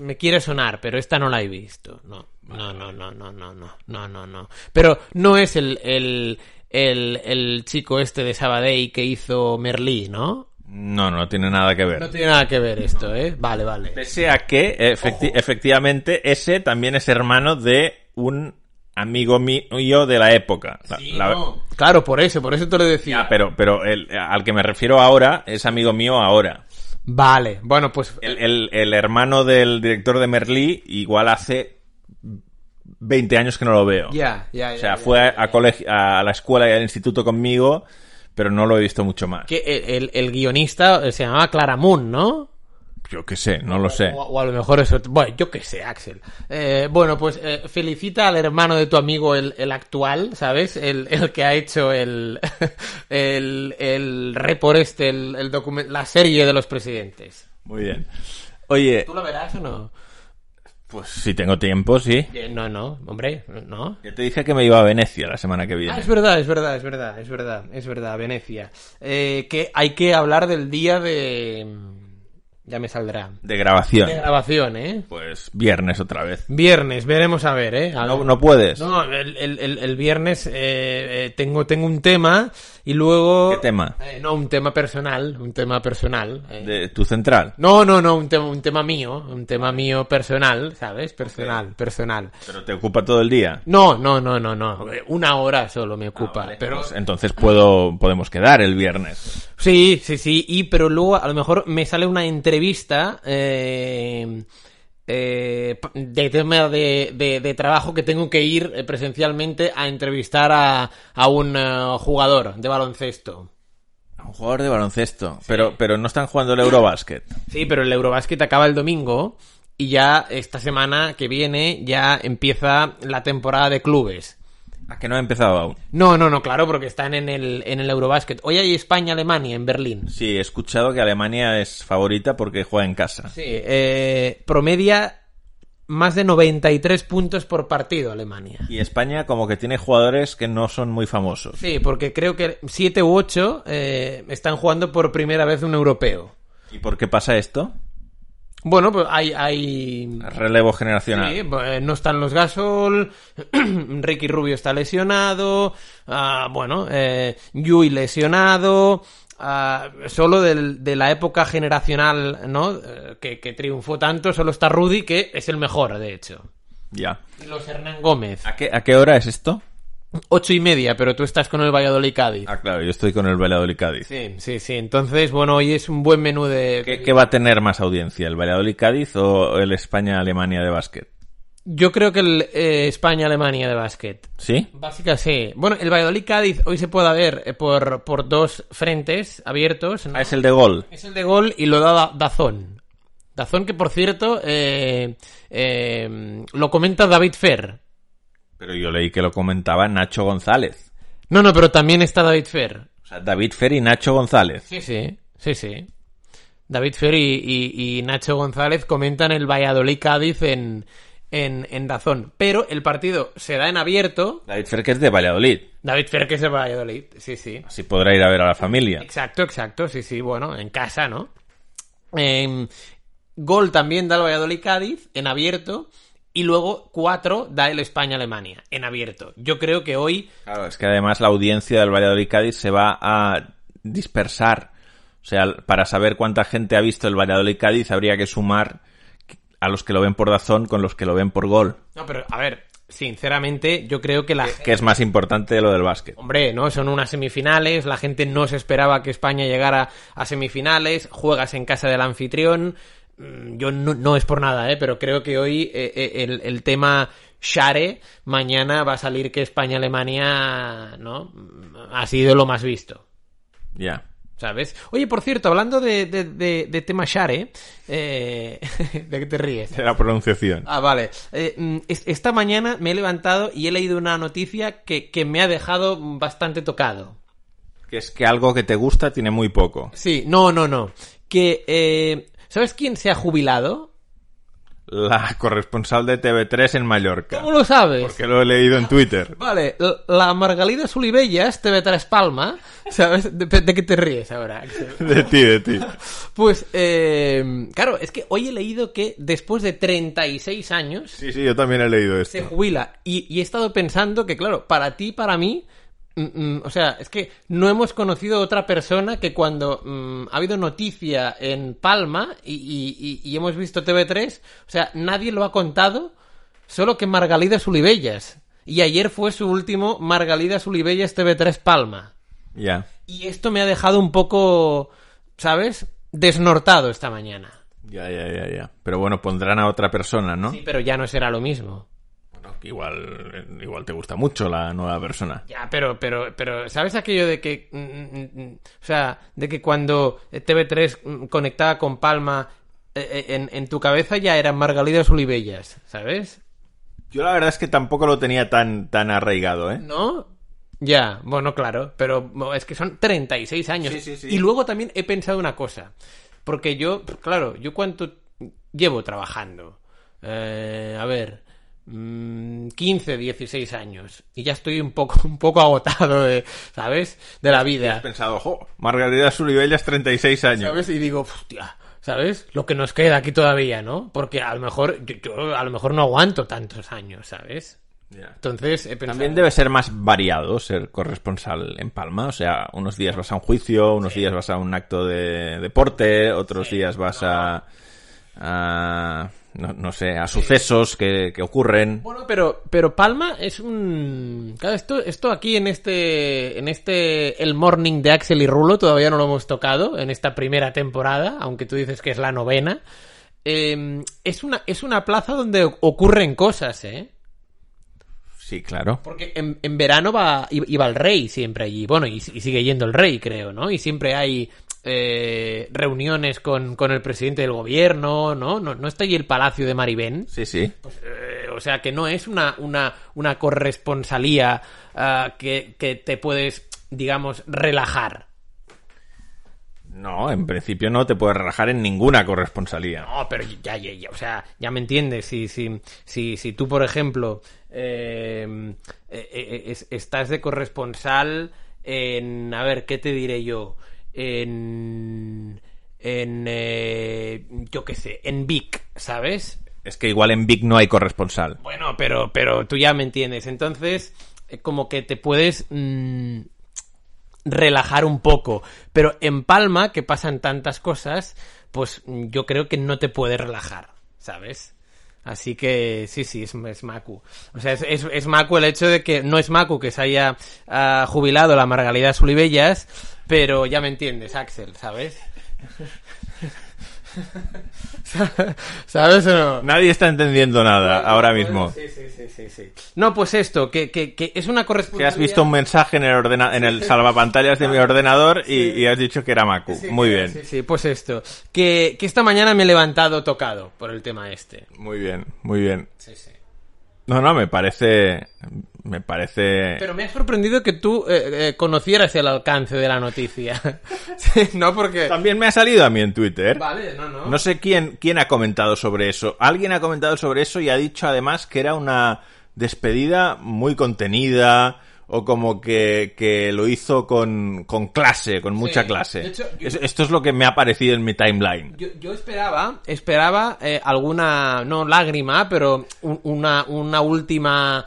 Me quiere sonar, pero esta no la he visto. No, no, no, no, no, no, no, no, no, no. Pero no es el, el, el, el chico este de Sabadell que hizo Merlí, ¿no?
No, no tiene nada que ver.
No tiene nada que ver esto, ¿eh? Vale, vale.
Pese a que, efecti- efectivamente, ese también es hermano de un amigo mío de la época. La- la-
Claro, por eso, por eso te lo decía.
Ya, pero, pero el- al que me refiero ahora es amigo mío ahora.
Vale, bueno, pues
El, el- el hermano del director de Merlí igual hace 20 años que no lo veo.
ya, ya, ya.
O sea,
ya.
fue a, a colegi- a la escuela y al instituto conmigo, pero no lo he visto mucho más.
Que el, el- el guionista eh, se llamaba Claramun, ¿no?
Yo qué sé, no lo sé.
O, o a lo mejor eso. Bueno, yo qué sé, Axel. Eh, bueno, pues eh, felicita al hermano de tu amigo, el, el actual, ¿sabes? El, el que ha hecho el. el, el report este, el, el documen- la serie de los presidentes.
Muy bien. Oye,
¿Tú lo verás o no?
pues si tengo tiempo, sí.
Eh, no, no, hombre, no.
Ya te dije que me iba a Venecia la semana que
Ah,
viene.
es verdad, es verdad, es verdad, es verdad, es verdad, Venecia. Eh, que hay que hablar del día de. Ya me saldrá.
De grabación.
De grabación, ¿eh?
Pues viernes otra vez.
Viernes, veremos a ver, ¿eh? A
Ah, No,
ver.
no puedes.
No, el, el- el- el viernes eh, eh, tengo, tengo un tema y luego...
¿Qué tema?
Eh, no, un tema personal, un tema personal. eh.
De tu central.
No, no, no, un tema, un tema mío, un tema mío personal, ¿sabes? Personal, personal.
Pero te ocupa todo el día.
No, no, no, no, no. eh, Una hora solo me ocupa. Pero
Pues entonces puedo, podemos quedar el viernes.
sí, sí, sí. Y pero luego a lo mejor me sale una entrevista eh, eh, p- de tema de, de- de trabajo que tengo que ir eh, presencialmente a entrevistar a, a un eh, jugador de baloncesto.
Un jugador de baloncesto. Pero, pero no están jugando el Eurobasket.
Sí, pero el Eurobasket acaba el domingo y ya esta semana que viene ya empieza la temporada de clubes.
¿A que no ha empezado aún?
No, no, no, claro, porque están en el, en el Eurobasket. Hoy hay España-Alemania en Berlín.
Sí, he escuchado que Alemania es favorita porque juega en casa.
Sí, eh, promedia más de 93 puntos por partido Alemania.
Y España como que tiene jugadores que no son muy famosos.
Sí, porque creo que 7 u 8 están jugando por primera vez un europeo.
¿Y por qué pasa esto?
Bueno, pues hay... hay...
Relevo
Sí,
generacional.
eh, no están los Gasol, Ricky Rubio está lesionado, ah, bueno, eh, Yui lesionado, ah, solo del- de la época generacional ¿no? Eh, que, que triunfó tanto, solo está Rudy, que es el mejor, de hecho.
Ya.
Y los Hernán Gómez.
¿A qué, ¿A qué hora es esto?
Ocho y media, pero tú estás con el Valladolid Cádiz.
Ah, claro, yo estoy con el Valladolid Cádiz.
Sí, sí, sí. Entonces, bueno, hoy es un buen menú de...
¿Qué, qué va a tener más audiencia, el Valladolid Cádiz o el España-Alemania de básquet?
Yo creo que el eh, España-Alemania de básquet.
¿Sí?
Básica, sí. Bueno, el Valladolid-Cádiz hoy se puede ver eh, por, por dos frentes abiertos. ¿no?
Ah, es el de gol.
Es el de gol y lo da Da- Dazón. Dazón que, por cierto, eh, eh, lo comenta David Fer.
Pero yo leí que lo comentaba Nacho González.
No, no, pero también está David Fer.
O sea, David Fer y Nacho González.
Sí, sí, sí, sí. David Fer y, y- y Nacho González comentan el Valladolid-Cádiz en, en, en Dazón. Pero el partido se da en abierto.
David Fer que es de Valladolid.
David Fer que es el Valladolid, sí, sí.
Así podrá ir a ver a la familia.
Exacto, exacto, sí, sí, bueno, en casa, ¿no? Eh, gol también da el Valladolid Cádiz en abierto y luego cuatro da el España Alemania en abierto. Yo creo que hoy
Claro, es que además la audiencia del Valladolid Cádiz se va a dispersar. O sea, para saber cuánta gente ha visto el Valladolid Cádiz habría que sumar a los que lo ven por Dazón con los que lo ven por Gol.
no, pero a ver, sinceramente, yo creo que la
Que es más importante lo del básquet.
Hombre, ¿no? Son unas semifinales, la gente no se esperaba que España llegara a semifinales, juegas en casa del anfitrión. Mm, Yo no, no es por nada, ¿eh? pero creo que hoy eh, eh, el, el tema Share, mañana va a salir que España-Alemania, ¿no? Mm, Ha sido lo más visto.
Ya.
¿Sabes? Oye, por cierto, hablando de, de, de- de tema Share, eh, ¿de qué te ríes?
De la pronunciación.
Ah, vale. Eh, mm, es- esta mañana me he levantado y he leído una noticia que, que me ha dejado bastante tocado.
Que es que algo que te gusta tiene muy poco.
Sí, no, no, no. Que, eh, ¿sabes quién se ha jubilado?
La corresponsal de TV3 en Mallorca.
¿Cómo lo sabes?
Porque lo he leído en Twitter.
Vale, l- la Margalida Solibellas, TV3 Palma, ¿sabes? ¿De, de qué te ríes ahora? Axel?
De ti, de ti.
Pues, eh, claro, es que hoy he leído que después de 36 años
Sí, sí, yo también he leído
se
esto.
jubila. Y, y he estado pensando que, claro, para ti, para mí, mm, mm, o sea, es que no hemos conocido otra persona que cuando mm, ha habido noticia en Palma y, y- y- y hemos visto TV3, o sea, nadie lo ha contado, solo que Margalida Sulibellas. Y ayer fue su último Margalida Sulibellas TV3 Palma.
Ya.
Y esto me ha dejado un poco, ¿sabes? Desnortado esta mañana.
Ya, ya, ya, ya. Pero bueno, pondrán a otra persona, ¿no?
Sí, pero ya no será lo mismo.
Bueno, que igual, eh, igual te gusta mucho la nueva persona.
Ya, pero, pero, pero, ¿sabes aquello de que, mm, mm, mm, o sea, de que cuando TV3 mm, conectaba con Palma, eh, eh, en, en tu cabeza ya eran Margalidas Olivellas, ¿sabes?
Yo la verdad es que tampoco lo tenía tan, tan arraigado, ¿eh?
¿No? Ya, bueno, claro, pero bo, es que son 36 años.
Sí, sí, sí.
Y luego también he pensado una cosa, porque yo, claro, yo cuánto llevo trabajando. Eh, a ver, mm, 15, 16 años. Y ya estoy un poco, un poco agotado, de, ¿sabes? De la vida.
He pensado, jo, Margarita Suribellas, 36 años.
¿Sabes? Y digo, hostia, ¿sabes? Lo que nos queda aquí todavía, ¿no? Porque a lo mejor, yo, yo a lo mejor no aguanto tantos años, ¿sabes?
Ya.
Entonces he pensado...
También debe ser más variado ser corresponsal en Palma. O sea, unos días vas a un juicio, unos días vas a un acto de deporte, otros días vas a. a- no, no sé, a sucesos que, que ocurren.
Bueno, pero, pero Palma es un... Claro, esto, esto aquí en este, en este El Morning de Axel y Rulo todavía no lo hemos tocado en esta primera temporada, aunque tú dices que es la novena. Eh, es, una, es una plaza donde ocurren cosas, ¿eh?
Sí, claro.
Porque en, en verano va, i- iba el rey siempre allí. Bueno, y, si- y sigue yendo el rey, creo, ¿no? Y siempre hay eh, reuniones con, con el presidente del gobierno, ¿no? ¿no? No está allí el palacio de Maribén.
Sí, sí.
Eh, o sea, que no es una, una, una corresponsalía ah, que, que te puedes, digamos, relajar.
No, en principio no te puedes relajar en ninguna corresponsalía.
No, pero ya, ya, ya, o sea, ya me entiendes. Si, si, si, si tú, por ejemplo, eh, eh, eh, es- estás de corresponsal en, a ver, ¿qué te diré yo? En, en, eh, yo qué sé, en Vic, ¿sabes?
Es que igual en Vic no hay corresponsal.
Bueno, pero, pero tú ya me entiendes. Entonces, eh, como que te puedes mm, relajar un poco. Pero en Palma, que pasan tantas cosas, pues mm, yo creo que no te puedes relajar, ¿sabes? Así que sí, sí, es, es Macu. O sea, es, es, es Macu el hecho de que no es Macu que se haya ah, jubilado la Margalida Sulibellas, pero ya me entiendes, Axel, ¿sabes? ¿Sabes o no?
Nadie está entendiendo nada Ah, ahora mismo.
pues, Sí, sí, sí, sí, sí. No, pues esto, que, que, que es una
Que
correspondencia.
has visto un mensaje en el, ordena en el salvapantallas de mi ordenador y, y has dicho que era Macu. Muy bien,
Ah, Sí, sí, pues esto. Que, que esta mañana me he levantado tocado por el tema este.
muy bien, muy bien.
Sí, sí.
No, no, me parece... Me parece...
Pero me ha sorprendido que tú eh, eh, conocieras el alcance de la noticia. Sí, no, porque.
También me ha salido a mí en Twitter.
eh, Vale, no, no.
No sé quién, quién ha comentado sobre eso. Alguien ha comentado sobre eso y ha dicho además que era una despedida muy contenida o como que, que lo hizo con, con clase, con mucha clase.
De hecho, yo-
Es- esto es lo que me ha parecido en mi timeline.
Yo, yo esperaba, esperaba eh, alguna, no lágrima, pero un- una, una última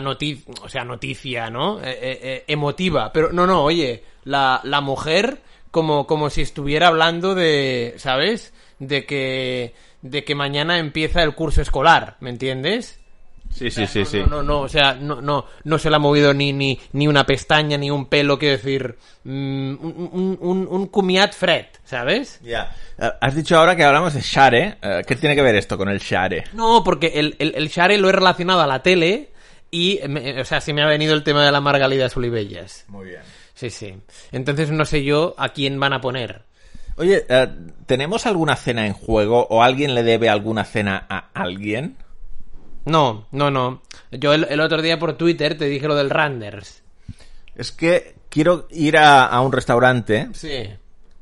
noticia, o sea, noticia, ¿no? Eh, eh, eh, emotiva. Pero no, no, oye, la, la mujer como, como si estuviera hablando de, ¿sabes? De que, de que mañana empieza el curso escolar, ¿me entiendes?
Sí, sí, sí,
no,
sí.
No, no, no, o sea, no, no, no se le ha movido ni, ni, ni una pestaña, ni un pelo, quiero decir, mm, un, un, un, un cumiat fred, ¿sabes?
Ya. Eh, Has dicho ahora que hablamos de Share. eh, ¿Qué tiene que ver esto con el Share?
No, porque el, el, el share lo he relacionado a la tele y, me- o sea, se me ha venido el tema de la Margalida Solibellas.
Muy bien.
Sí, sí. Entonces no sé yo a quién van a poner.
Oye, eh, ¿tenemos alguna cena en juego o alguien le debe alguna cena a alguien?
No, no, no. Yo el, el otro día por Twitter te dije lo del Randers.
Es que quiero ir a, a un restaurante
Sí.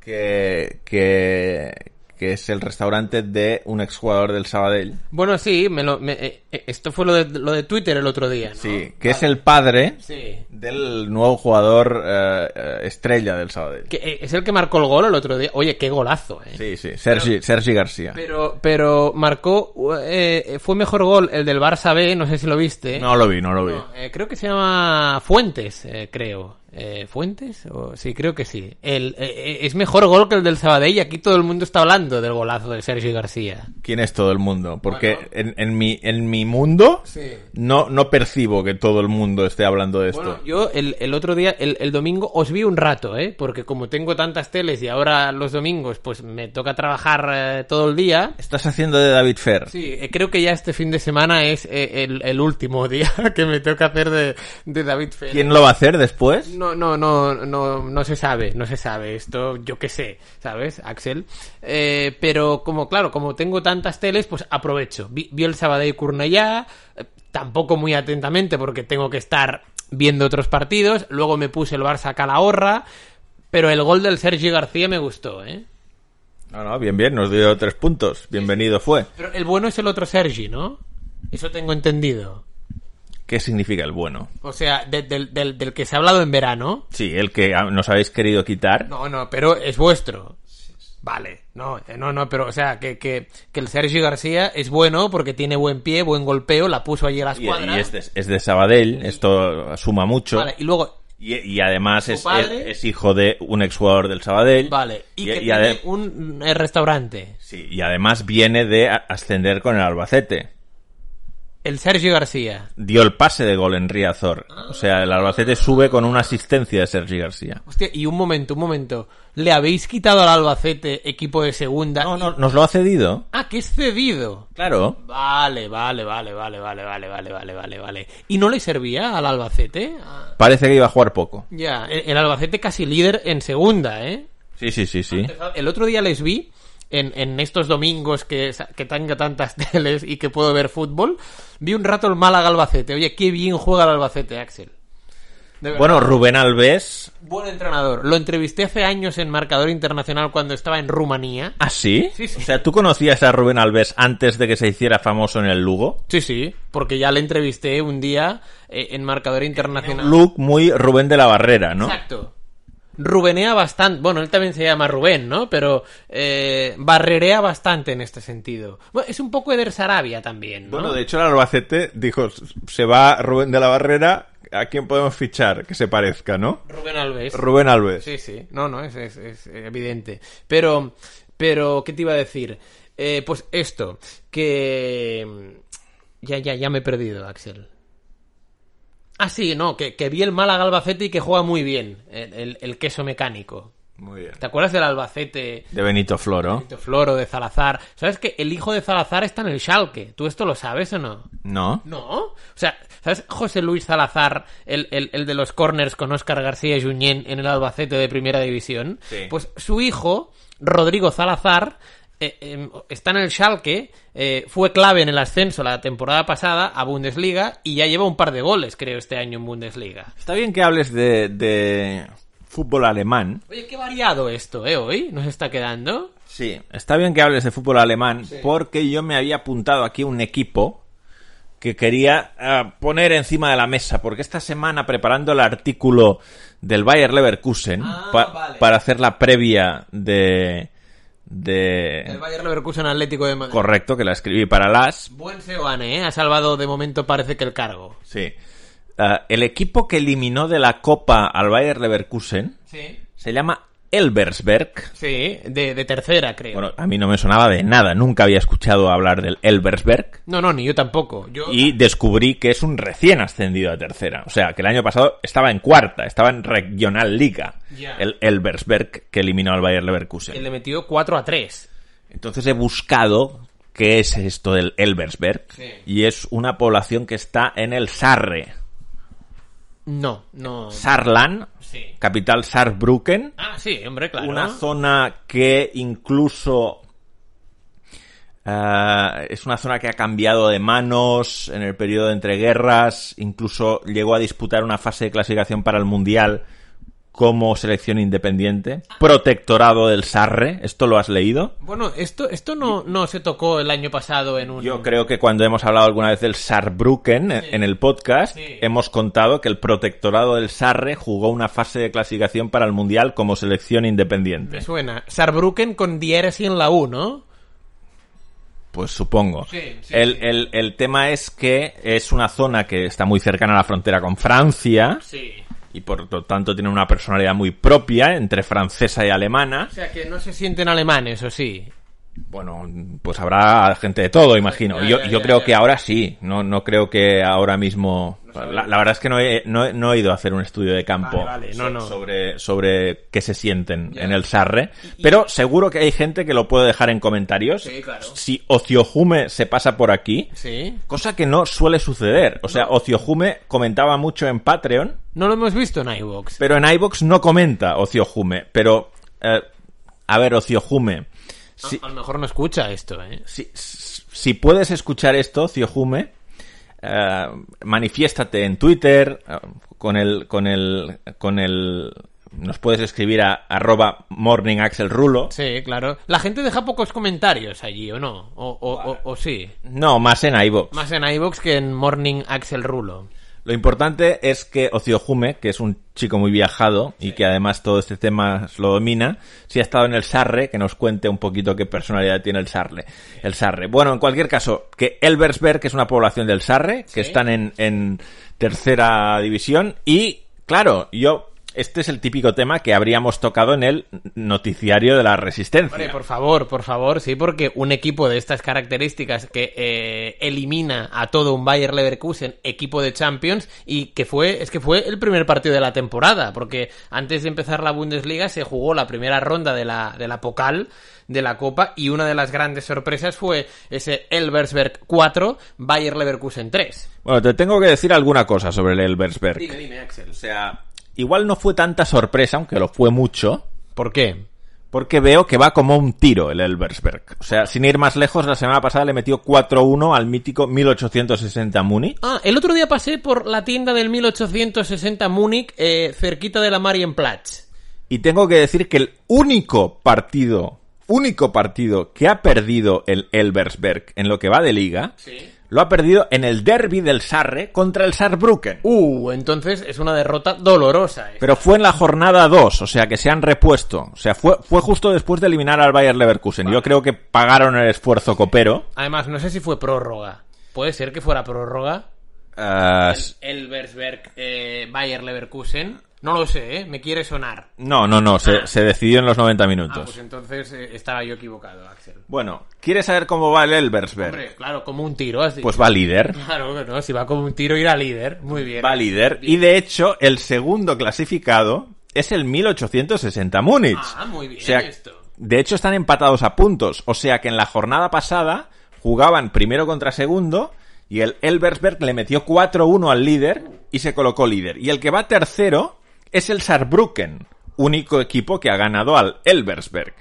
que, que, que es el restaurante de un exjugador del Sabadell.
Bueno, sí, me lo, me- eh, eh, esto fue lo de, lo de Twitter el otro día, ¿no?
Sí, que es el padre
Sí.
del nuevo jugador eh, eh, estrella del Sabadell.
Que, eh, es el que marcó el gol el otro día. Oye, qué golazo, ¿eh?
Sí, sí, Sergi, Sergi García.
Pero, pero marcó, eh, fue mejor gol el del Barça B, no sé si lo viste.
No lo vi, no lo vi.
No, eh, creo que se llama Fuentes, eh, creo. Eh, ¿Fuentes? O- sí, creo que sí. El, eh, eh, es mejor gol que el del Sabadell y aquí todo el mundo está hablando del golazo de Sergio García.
¿Quién es todo el mundo? Porque
Bueno.
en, en mi, en mi mundo no, no percibo que todo el mundo esté hablando de esto.
Bueno, yo el, el otro día, el, el domingo, os vi un rato, ¿eh? Porque como tengo tantas teles y ahora los domingos, pues me toca trabajar eh, todo el día.
Estás haciendo de David Fer.
Sí, eh, creo que ya este fin de semana es eh, el, el último día que me toca hacer de, de David Félix.
¿Quién lo va a hacer después?
No, no, no, no, no se sabe, no se sabe. Esto, yo qué sé, ¿sabes, Axel? Eh, pero como, claro, como tengo tantas teles, pues aprovecho. Vi, vi el Sabadell Cornellá, eh, tampoco muy atentamente porque tengo que estar viendo otros partidos. Luego me puse el Barça Calahorra, pero el gol del Sergi García me gustó, ¿eh?
No, no, bien, bien, nos dio tres puntos. Bienvenido fue.
Pero el bueno es el otro Sergi, ¿no? Eso tengo entendido.
¿Qué significa el bueno?
O sea, de- del, del- del que se ha hablado en verano.
Sí, el que ah, nos habéis querido quitar.
No, no, pero es vuestro. Vale, no, eh, no, no, pero o sea, que, que, que el Sergio García es bueno porque tiene buen pie, buen golpeo, la puso allí a las
y,
cuadras.
y es, de, es de Sabadell, esto suma mucho.
Vale, y luego,
Y, y además es,
padre-
es- es hijo de un exjugador del Sabadell.
vale, y, que
ade-
tiene un eh, restaurante.
sí, y además viene de a- ascender con el Albacete.
El Sergio García.
Dio el pase de gol en Riazor.
Ah.
O sea, el Albacete sube con una asistencia de Sergi García.
Hostia, y un momento, un momento. ¿Le habéis quitado al Albacete equipo de segunda?
No, no, nos lo ha cedido.
Ah, que es cedido.
Claro.
Vale, vale, vale, vale, vale, vale, vale, vale, vale, vale. ¿Y no le servía al Albacete? Ah,
Parece que iba a jugar poco.
ya, el el Albacete casi líder en segunda, ¿eh?
Sí, sí, sí, sí.
El otro día les vi en, en estos domingos que, sa- que tengo tantas teles y que puedo ver fútbol. Vi un rato el Málaga Albacete. Oye, qué bien juega el Albacete, Axel. De verdad,
Bueno, Rubén Alves.
buen entrenador. Lo entrevisté hace años en Marcador Internacional cuando estaba en Rumanía.
¿Ah, sí?
Sí, sí.
O sea, ¿tú conocías a Rubén Alves antes de que se hiciera famoso en el Lugo?
Sí, sí, porque ya le entrevisté un día eh, en Marcador Internacional.
Look muy Rubén de la Barrera, ¿no?
Exacto. Rubenea bastante. Bueno, él también se llama Rubén, ¿no? Pero eh, barrerea bastante en este sentido. Bueno, es un poco Eder Sarabia también, ¿no?
Bueno, de hecho, el Albacete dijo: se va Rubén de la Barrera, ¿a quién podemos fichar que se parezca, no?
Rubén Alves.
Rubén Alves.
Sí, sí. No, no, es, es- es evidente. Pero, pero, ¿qué te iba a decir? Eh, pues esto, que... mm, Ya, ya, ya me he perdido, Axel. Ah, sí, no, que, que vi el Málaga Albacete y que juega muy bien, el, el- el queso mecánico.
Muy bien.
¿Te acuerdas del Albacete,
De Benito Floro.
de Floro, de Zalazar? ¿Sabes que el hijo de Zalazar está en el Schalke? ¿Tú esto lo sabes o no?
¿No?
No. O sea, ¿sabes José Luis Salazar, el, el- el de los corners con Óscar García y Junyent en el Albacete de Primera División?
Sí.
Pues su hijo, Rodrigo Salazar, eh, eh, está en el Schalke, eh, fue clave en el ascenso la temporada pasada a Bundesliga y ya lleva un par de goles, creo, este año en Bundesliga.
Está bien que hables de, de fútbol alemán.
Oye, qué variado esto, ¿eh? Hoy nos está quedando.
Sí. Está bien que hables de fútbol alemán porque yo me había apuntado aquí un equipo que quería ah, poner encima de la mesa porque esta semana preparando el artículo del Bayer Leverkusen
Ah,
pa-
vale.
para hacer la previa de... de...
El Bayern Leverkusen Atlético de Madrid.
Eh. Correcto, que la escribí para las.
Buen Seoane, ¿eh? Ha salvado de momento parece que el cargo.
Sí. Ah, el equipo que eliminó de la Copa al Bayer Leverkusen
Sí.
se llama Elbersberg.
Sí, de, de tercera, creo.
Bueno, a mí no me sonaba de nada, nunca había escuchado hablar del Elbersberg.
no, no, ni yo tampoco. Yo...
Y descubrí que es un recién ascendido a tercera. O sea, que el año pasado estaba en cuarta, estaba en Regional Liga.
Ya.
El Elbersberg que eliminó al Bayer Leverkusen.
Le metió 4 a 3.
Entonces he buscado qué es esto del Elbersberg.
Sí.
Y es una población que está en el Sarre.
No, no.
Saarland,
Sí.
capital Saarbrücken.
Ah, sí, hombre, claro.
Una zona que incluso... eh, es una zona que ha cambiado de manos en el periodo de entreguerras, incluso llegó a disputar una fase de clasificación para el Mundial como selección independiente, protectorado del Sarre, ¿esto lo has leído?
Bueno, esto, esto no, no se tocó el año pasado en un...
Yo creo que cuando hemos hablado alguna vez del Saarbrücken eh, en el podcast,
Sí.
hemos contado que el protectorado del Sarre jugó una fase de clasificación para el Mundial como selección independiente.
Me suena. Saarbrücken con Diersi en la U, ¿no?
Pues supongo.
Sí, sí,
el,
sí.
el- el tema es que es una zona que está muy cercana a la frontera con Francia
Sí.
y por lo tanto tiene una personalidad muy propia entre francesa y alemana.
O sea, que no se sienten alemanes, o sí.
Bueno, pues habrá gente de todo, imagino.
Ya,
Yo,
ya,
yo
ya,
creo
ya.
que ahora sí. No, no creo que ahora mismo. La, la verdad es que no he, no, he- no he ido a hacer un estudio de campo
Vale, vale, no,
so-
no.
sobre sobre qué se sienten en el Sarre. Pero seguro que hay gente que lo puede dejar en comentarios.
Sí, claro.
Si Ociojume se pasa por aquí,
Sí.
cosa que no suele suceder. O sea, Ociojume comentaba mucho en Patreon.
No lo hemos visto en iVox.
Pero en iBox no comenta Ociojume. Pero, eh, a ver, Ociojume. si-
A, a lo mejor no escucha esto, ¿eh?
si, si puedes escuchar esto, Ciojume, eh, manifiéstate en Twitter eh, con el con el con el nos puedes escribir a arroba morningaxelrulo.
Sí, claro. La gente deja pocos comentarios allí, ¿o no? O, o, o- o sí.
No, más en iVoox.
Más en iVox que en Morning Axel Rulo.
Lo importante es que Ociojume, que es un chico muy viajado y que además todo este tema lo domina, si ha estado en el Sarre, que nos cuente un poquito qué personalidad tiene el Sarre. El Sarre. Bueno, en cualquier caso, que Elbersberg que es una población del Sarre, que están en, en tercera división y, claro, yo... Este es el típico tema que habríamos tocado en el noticiario de la resistencia.
Hombre, por favor, por favor, sí, porque un equipo de estas características que eh, elimina a todo un Bayer Leverkusen, equipo de Champions, y que fue, es que fue el primer partido de la temporada, porque antes de empezar la Bundesliga se jugó la primera ronda de la, de la Pokal, de la Copa, y una de las grandes sorpresas fue ese Elversberg 4, Bayer Leverkusen 3.
Bueno, te tengo que decir alguna cosa sobre el Elbersberg.
Dime, dime, Axel.
O sea, igual no fue tanta sorpresa, aunque lo fue mucho.
¿Por qué?
Porque veo que va como un tiro el Elbersberg. O sea, sin ir más lejos, la semana pasada le metió 4-1 al mítico 1860 Muni.
Ah, el otro día pasé por la tienda del 1860 Múnich, eh, cerquita de la Marienplatz.
Y tengo que decir que el único partido, único partido que ha perdido el Elbersberg en lo que va de liga,
Sí.
lo ha perdido en el derby del Sarre contra el Saarbrücken.
Uh, entonces es una derrota dolorosa. eh.
Pero fue en la jornada 2, o sea que se han repuesto. O sea, fue, fue justo después de eliminar al Bayer Leverkusen. Yo creo que pagaron el esfuerzo copero.
Además, no sé si fue prórroga. Puede ser que fuera prórroga.
Ah,
Elversberg, eh, Bayer Leverkusen. No lo sé, ¿eh? Me quiere sonar.
no, no, no, se, se decidió en los 90 minutos.
Ah, pues entonces eh, estaba yo equivocado, Axel.
Bueno, ¿quieres saber cómo va el Elbersberg?
Hombre, claro, como un tiro. Así.
Pues va líder.
Claro que no, si va como un tiro irá líder. Muy bien.
Va líder. Y de hecho, el segundo clasificado es el 1860 Múnich.
Ah, muy bien
O sea,
esto.
De hecho, están empatados a puntos. O sea que en la jornada pasada jugaban primero contra segundo y el Elbersberg le metió 4-1 al líder y se colocó líder. Y el que va tercero es el Saarbrücken, único equipo que ha ganado al Elbersberg.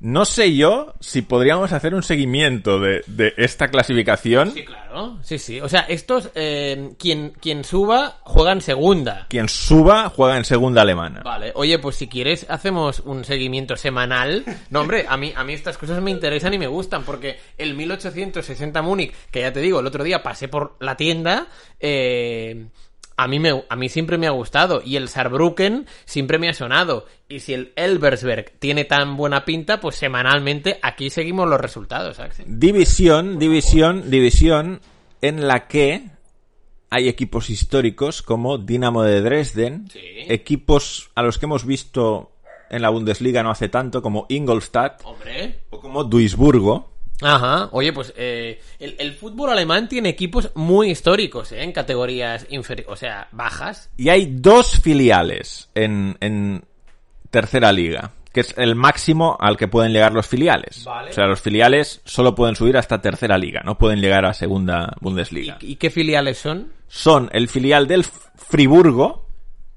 No sé yo si podríamos hacer un seguimiento de, de esta clasificación.
Sí, claro. Sí, sí. O sea, estos, eh, quien, quien suba, juega en segunda.
Quien suba juega en segunda alemana.
Vale, oye, pues si quieres hacemos un seguimiento semanal. No, hombre, a mí, a mí estas cosas me interesan y me gustan, porque el 1860 Múnich, que ya te digo, el otro día pasé por la tienda, eh, a, mí me, a mí siempre me ha gustado, y el Saarbrücken siempre me ha sonado. Y si el Elbersberg tiene tan buena pinta, pues semanalmente aquí seguimos los resultados, Axel.
División, división, división en la que hay equipos históricos como Dinamo de Dresden,
Sí.
equipos a los que hemos visto en la Bundesliga no hace tanto, como Ingolstadt
Hombre.
o como Duisburgo.
Ajá. Oye, pues eh, el, el fútbol alemán tiene equipos muy históricos, ¿eh? En categorías inferi o sea, bajas.
Y hay dos filiales en, en tercera liga, que es el máximo al que pueden llegar los filiales.
Vale.
O sea, los filiales solo pueden subir hasta tercera liga, no pueden llegar a segunda Bundesliga.
¿Y, y qué filiales son?
Son el filial del F- Friburgo.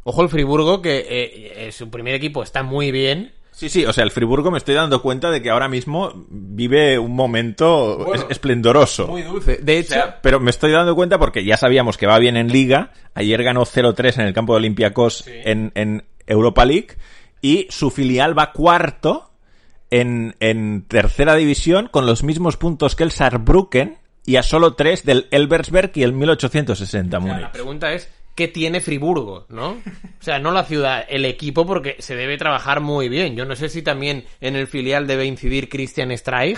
Ojo el Friburgo, que eh, eh, su primer equipo está muy bien.
Sí, sí, o sea, el Friburgo me estoy dando cuenta de que ahora mismo vive un momento
Bueno.
es- esplendoroso.
dulce. De
O
hecho,
sea, pero me estoy dando cuenta porque ya sabíamos que va bien en Liga. Ayer ganó 0-3 en el campo de Olympiacos en, en Europa League. Y su filial va cuarto en, en tercera división con los mismos puntos que el Saarbrücken y a solo tres del Elbersberg y el 1860 Múnich.
la pregunta es, ¿qué tiene Friburgo, no? O sea, no la ciudad, el equipo, porque se debe trabajar muy bien. Yo no sé si también en el filial debe incidir Christian Streich.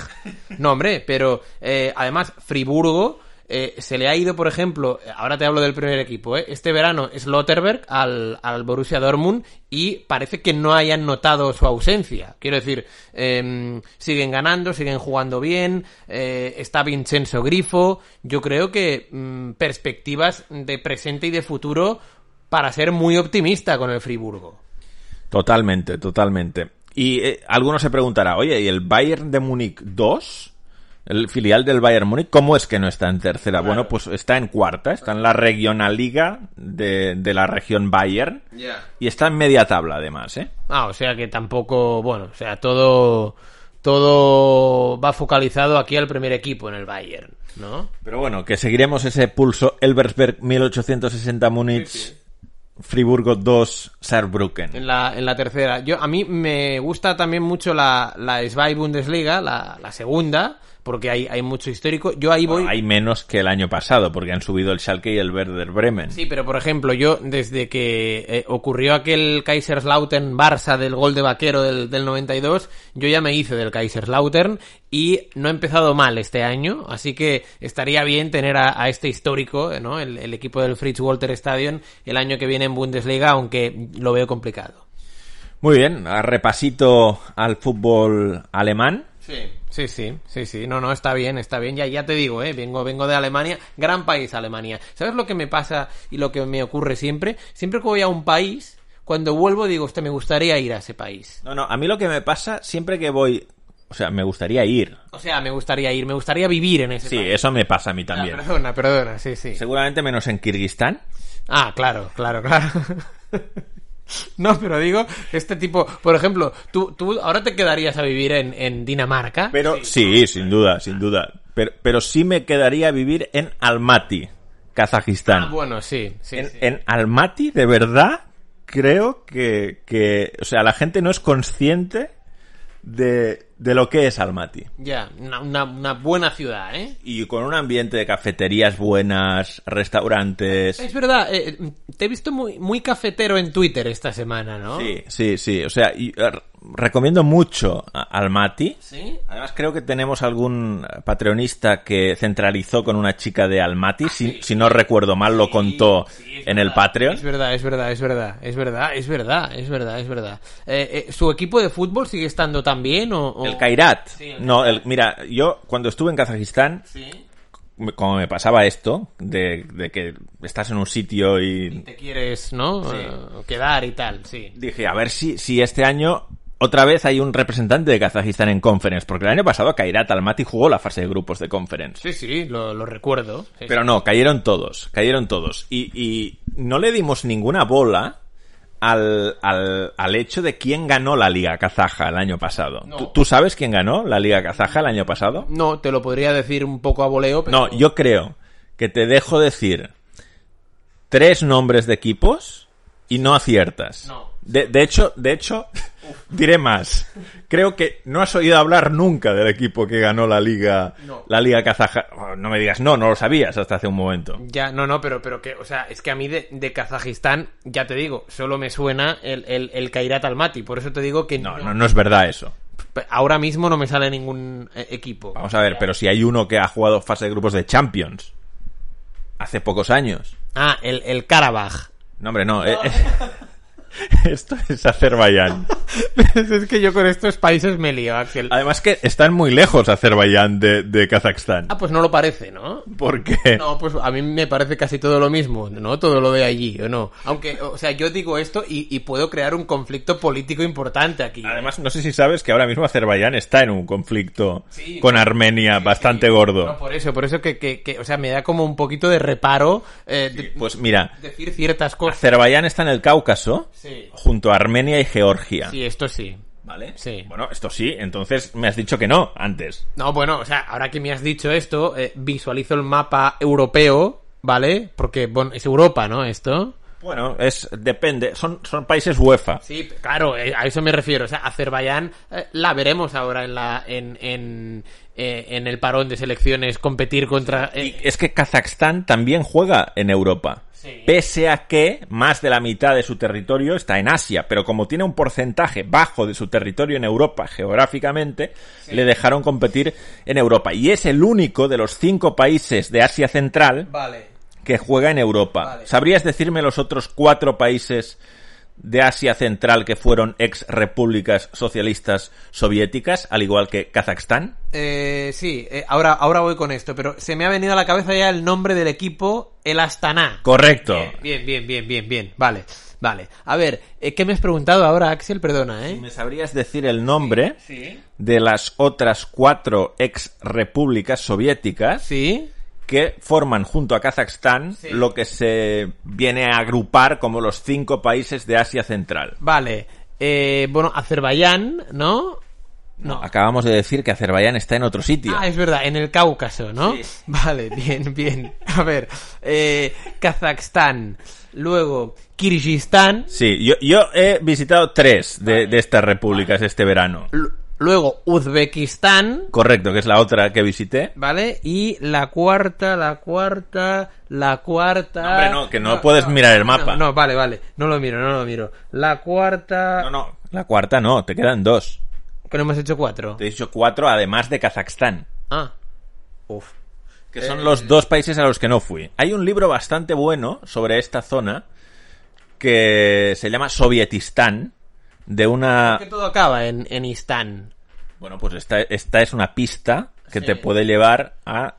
No, hombre, pero eh, además Friburgo eh, se le ha ido, por ejemplo, ahora te hablo del primer equipo, ¿eh? este verano Slotterberg al, al Borussia Dortmund y parece que no hayan notado su ausencia. Quiero decir, eh, siguen ganando, siguen jugando bien, eh, está Vincenzo Grifo. Yo creo que mm, perspectivas de presente y de futuro para ser muy optimista con el Friburgo.
Totalmente, totalmente. Y eh, alguno se preguntará, oye, ¿y el Bayern de Múnich 2? El filial del Bayern Múnich, ¿cómo es que no está en tercera? Bueno, pues está en cuarta, está en la Regionalliga de, de la región Bayern. Y está en media tabla, además, ¿eh?
Ah, o sea que tampoco, bueno, o sea, todo, todo va focalizado aquí al primer equipo en el Bayern, ¿no?
Pero bueno, que seguiremos ese pulso Elbersberg 1860 Múnich, Friburgo 2, Saarbrücken.
En la, en la tercera. Yo, a mí me gusta también mucho la, la Svai Bundesliga, la, la segunda, porque hay, hay mucho histórico. Yo ahí voy.
Bueno, hay menos que el año pasado, porque han subido el Schalke y el Werder Bremen.
Sí, pero por ejemplo, yo desde que eh, ocurrió aquel Kaiserslautern Barça del gol de vaquero del, del 92, yo ya me hice del Kaiserslautern y no he empezado mal este año, así que estaría bien tener a, a este histórico, eh, ¿no? El, el equipo del Fritz Walter Stadion el año que viene en Bundesliga, aunque lo veo complicado.
Muy bien, a repasito al fútbol alemán.
Sí. Sí, sí, sí, sí. No, no, está bien, está bien. Ya, ya te digo, ¿eh? Vengo, vengo de Alemania. Gran país, Alemania. ¿Sabes lo que me pasa y lo que me ocurre siempre? Siempre que voy a un país, cuando vuelvo digo, usted me gustaría ir a ese país.
No, no, a mí lo que me pasa siempre que voy, o sea, me gustaría ir.
O sea, me gustaría ir, me gustaría vivir en ese
Sí,
país.
eso me pasa a mí
Ah,
también.
Perdona, perdona, sí, sí.
Seguramente menos en Kirguistán.
Ah, claro, claro, claro. No, pero digo, este tipo, por ejemplo, tú, tú ahora te quedarías a vivir en, en Dinamarca.
Pero sí, sin duda, sin duda. Pero, pero sí me quedaría a vivir en Almaty, Kazajistán.
Ah, bueno, sí, sí,
en,
sí.
en Almaty, de verdad, creo que, que, o sea, la gente no es consciente de, de lo que es Almaty.
Ya, una- una- una buena ciudad, ¿eh?
Y con un ambiente de cafeterías buenas, restaurantes.
Es verdad, eh, eh, te he visto muy, muy cafetero en Twitter esta semana, ¿no?
Sí, sí, sí. O sea, y, eh, recomiendo mucho a- al Mati.
¿Sí?
Además, creo que tenemos algún eh, patreonista que centralizó con una chica de Almaty. Si, si no recuerdo mal, lo contó
Ah, sí, es
en el
verdad.
Patreon.
Es verdad, es verdad, es verdad, es verdad, es verdad, es verdad, es verdad. Eh, eh, ¿Su equipo de fútbol sigue estando tan bien o...? o-
El Kairat.
Sí, el
No, el, mira, yo cuando estuve en Kazajistán,
Sí.
me- como me pasaba esto, de, de que estás en un sitio y
Te quieres, ¿no? Eh, quedar y tal, sí.
dije, a ver si, si este año otra vez hay un representante de Kazajistán en Conference, porque el año pasado Kairat Almaty jugó la fase de grupos de Conference.
Sí, sí, lo, lo recuerdo. Sí,
Pero no, cayeron todos, cayeron todos. Y, y no le dimos ninguna bola al, al, al hecho de quién ganó la Liga Kazaja el año pasado.
No.
¿Tú, tú sabes quién ganó la Liga Kazaja el año pasado?
sí. No, te lo podría decir un poco a voleo, pero...
Pues No, yo creo que te dejo decir tres nombres de equipos y no aciertas.
No.
De, de hecho, de hecho, diré más. Creo que no has oído hablar nunca del equipo que ganó la Liga,
No.
la Liga Kazaja. Oh, No me digas, no, no lo sabías hasta hace un momento.
Ya, no, no, pero, pero que, o sea, es que a mí de, de Kazajistán, ya te digo, solo me suena el, el, el Kairat Almaty, por eso te digo que
No, no, no es verdad eso.
Ahora mismo no me sale ningún eh, equipo.
Vamos a ver, pero si hay uno que ha jugado fase de grupos de Champions hace pocos años.
Ah, el, el Karabaj.
No, hombre, no. eh, eh. Esto es Azerbaiyán.
es que yo con estos países me lío, Axel.
Además que están muy lejos Azerbaiyán de, de Kazajstán.
Ah, pues no lo parece, ¿no?
¿Por qué?
No, pues a mí me parece casi todo lo mismo, ¿no? Todo lo de allí, ¿o no? Aunque, o sea, yo digo esto y, y puedo crear un conflicto político importante aquí. ¿eh?
Además, no sé si sabes que ahora mismo Azerbaiyán está en un conflicto
Sí.
con Armenia bastante
No, pues
gordo.
por eso, por eso que, que, que, o sea, me da como un poquito de reparo eh, de-
Pues mira,
decir ciertas cosas.
Azerbaiyán está en el Cáucaso
Sí.
junto a Armenia y Georgia.
Sí, esto sí.
¿Vale?
Sí.
Bueno, esto sí, entonces me has dicho que no antes.
No, bueno, o sea, ahora que me has dicho esto, eh, visualizo el mapa europeo, ¿vale? Porque, bueno, es Europa, ¿no? Esto.
Bueno, es depende, son, son países UEFA.
Sí, claro, eh, a eso me refiero. O sea, Azerbaiyán eh, la veremos ahora en la en, en, eh, en el parón de selecciones competir contra...
Y
eh,
es que Kazajstán también juega en Europa.
Sí.
Pese a que más de la mitad de su territorio está en Asia, pero como tiene un porcentaje bajo de su territorio en Europa geográficamente, le dejaron competir en Europa. Y es el único de los cinco países de Asia Central
Vale.
que juega en Europa.
Vale.
¿Sabrías decirme los otros cuatro países de Asia Central que fueron ex repúblicas socialistas soviéticas, al igual que Kazajstán?
Eh, sí, eh, ahora, ahora voy con esto, pero se me ha venido a la cabeza ya el nombre del equipo, el Astana.
Correcto.
Bien, bien, bien, bien, bien. Vale, vale. A ver, eh, ¿qué me has preguntado ahora, Axel? Perdona, ¿eh?
¿Me sabrías decir el nombre
Sí.
de las otras cuatro ex repúblicas soviéticas
¿Sí?
que forman junto a Kazajstán
Sí.
lo que se viene a agrupar como los cinco países de Asia Central?
Vale. Eh, bueno, Azerbaiyán, ¿no? No.
Acabamos de decir que Azerbaiyán está en otro sitio.
Ah, es verdad, en el Cáucaso, ¿no?
Sí.
Vale, bien, bien. A ver, eh, Kazajstán, luego Kirguistán,
Sí, yo, yo he visitado tres de, de estas repúblicas este verano.
lu- luego Uzbekistán,
Correcto, que es la otra que visité.
¿vale? Y la cuarta, la cuarta, la cuarta...
No, hombre, no, que no puedes mirar el mapa.
Ah, No, no, vale, vale, no lo miro, no lo miro. La cuarta...
No, no, la cuarta no, te quedan dos.
Que no hemos hecho cuatro.
Te he dicho cuatro, además de Kazajstán,
Ah. Uf.
que son los dos países a los que no fui. Hay un libro bastante bueno sobre esta zona que se llama Sovietistán, de una...
Que todo acaba en, en Istán.
Bueno, pues esta, esta es una pista que
Sí.
te puede llevar a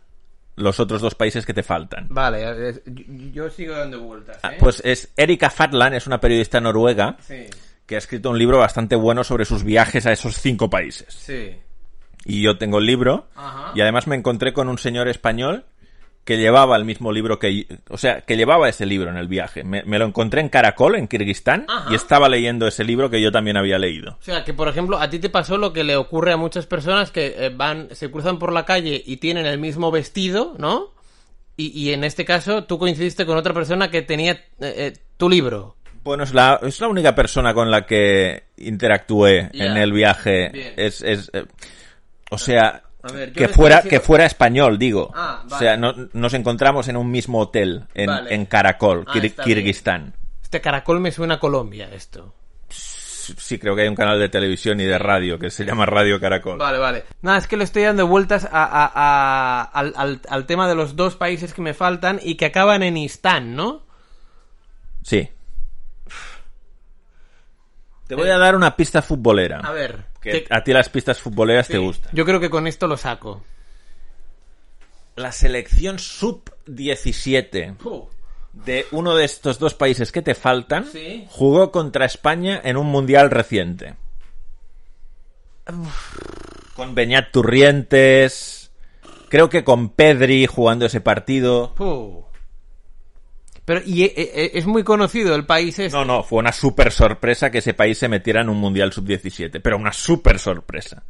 los otros dos países que te faltan.
Vale, a ver, yo, yo sigo dando vueltas, ¿eh?
Ah, Pues es Erika Fatland, es una periodista noruega.
Sí,
que ha escrito un libro bastante bueno sobre sus viajes a esos cinco países.
sí.
Y yo tengo el libro
Ajá.
y además me encontré con un señor español que llevaba el mismo libro que... O sea, que llevaba ese libro en el viaje. Me, me lo encontré en Caracol, en Kirguistán,
Ajá.
y estaba leyendo ese libro que yo también había leído.
O sea, que por ejemplo, a ti te pasó lo que le ocurre a muchas personas que eh, van, se cruzan por la calle y tienen el mismo vestido, ¿no? Y, y en este caso, tú coincidiste con otra persona que tenía eh, eh, tu libro.
Bueno, es la, es la única persona con la que interactué
Ya.
en el viaje.
Bien.
Es, es, eh, o sea,
A ver, yo
que,
me
fuera,
estoy diciendo-
que fuera español, digo.
Ah, vale.
O sea, no- nos encontramos en un mismo hotel en,
Vale.
en Caracol,
Ah,
Kir-
está bien.
Kirguistán.
Este caracol me suena a Colombia, esto.
Sí, creo que hay un canal de televisión y de radio que se llama Radio Caracol.
Vale, vale. Nada, es que le estoy dando vueltas a- a- a- al, al- al tema de los dos países que me faltan y que acaban en Istán, ¿no?
Sí. Te voy a dar una pista futbolera.
A ver.
Que
te-
a ti las pistas futboleras te
sí,
gustan.
Yo creo que con esto lo saco.
La selección sub-17 de uno de estos dos países que te faltan
Sí.
jugó contra España en un mundial reciente. Con Beñat Turrientes. Creo que con Pedri jugando ese partido.
Puh. Pero y, eh, eh, es muy conocido el país este.
No, no, fue una super sorpresa que ese país se metiera en un Mundial Sub-17, pero una super sorpresa.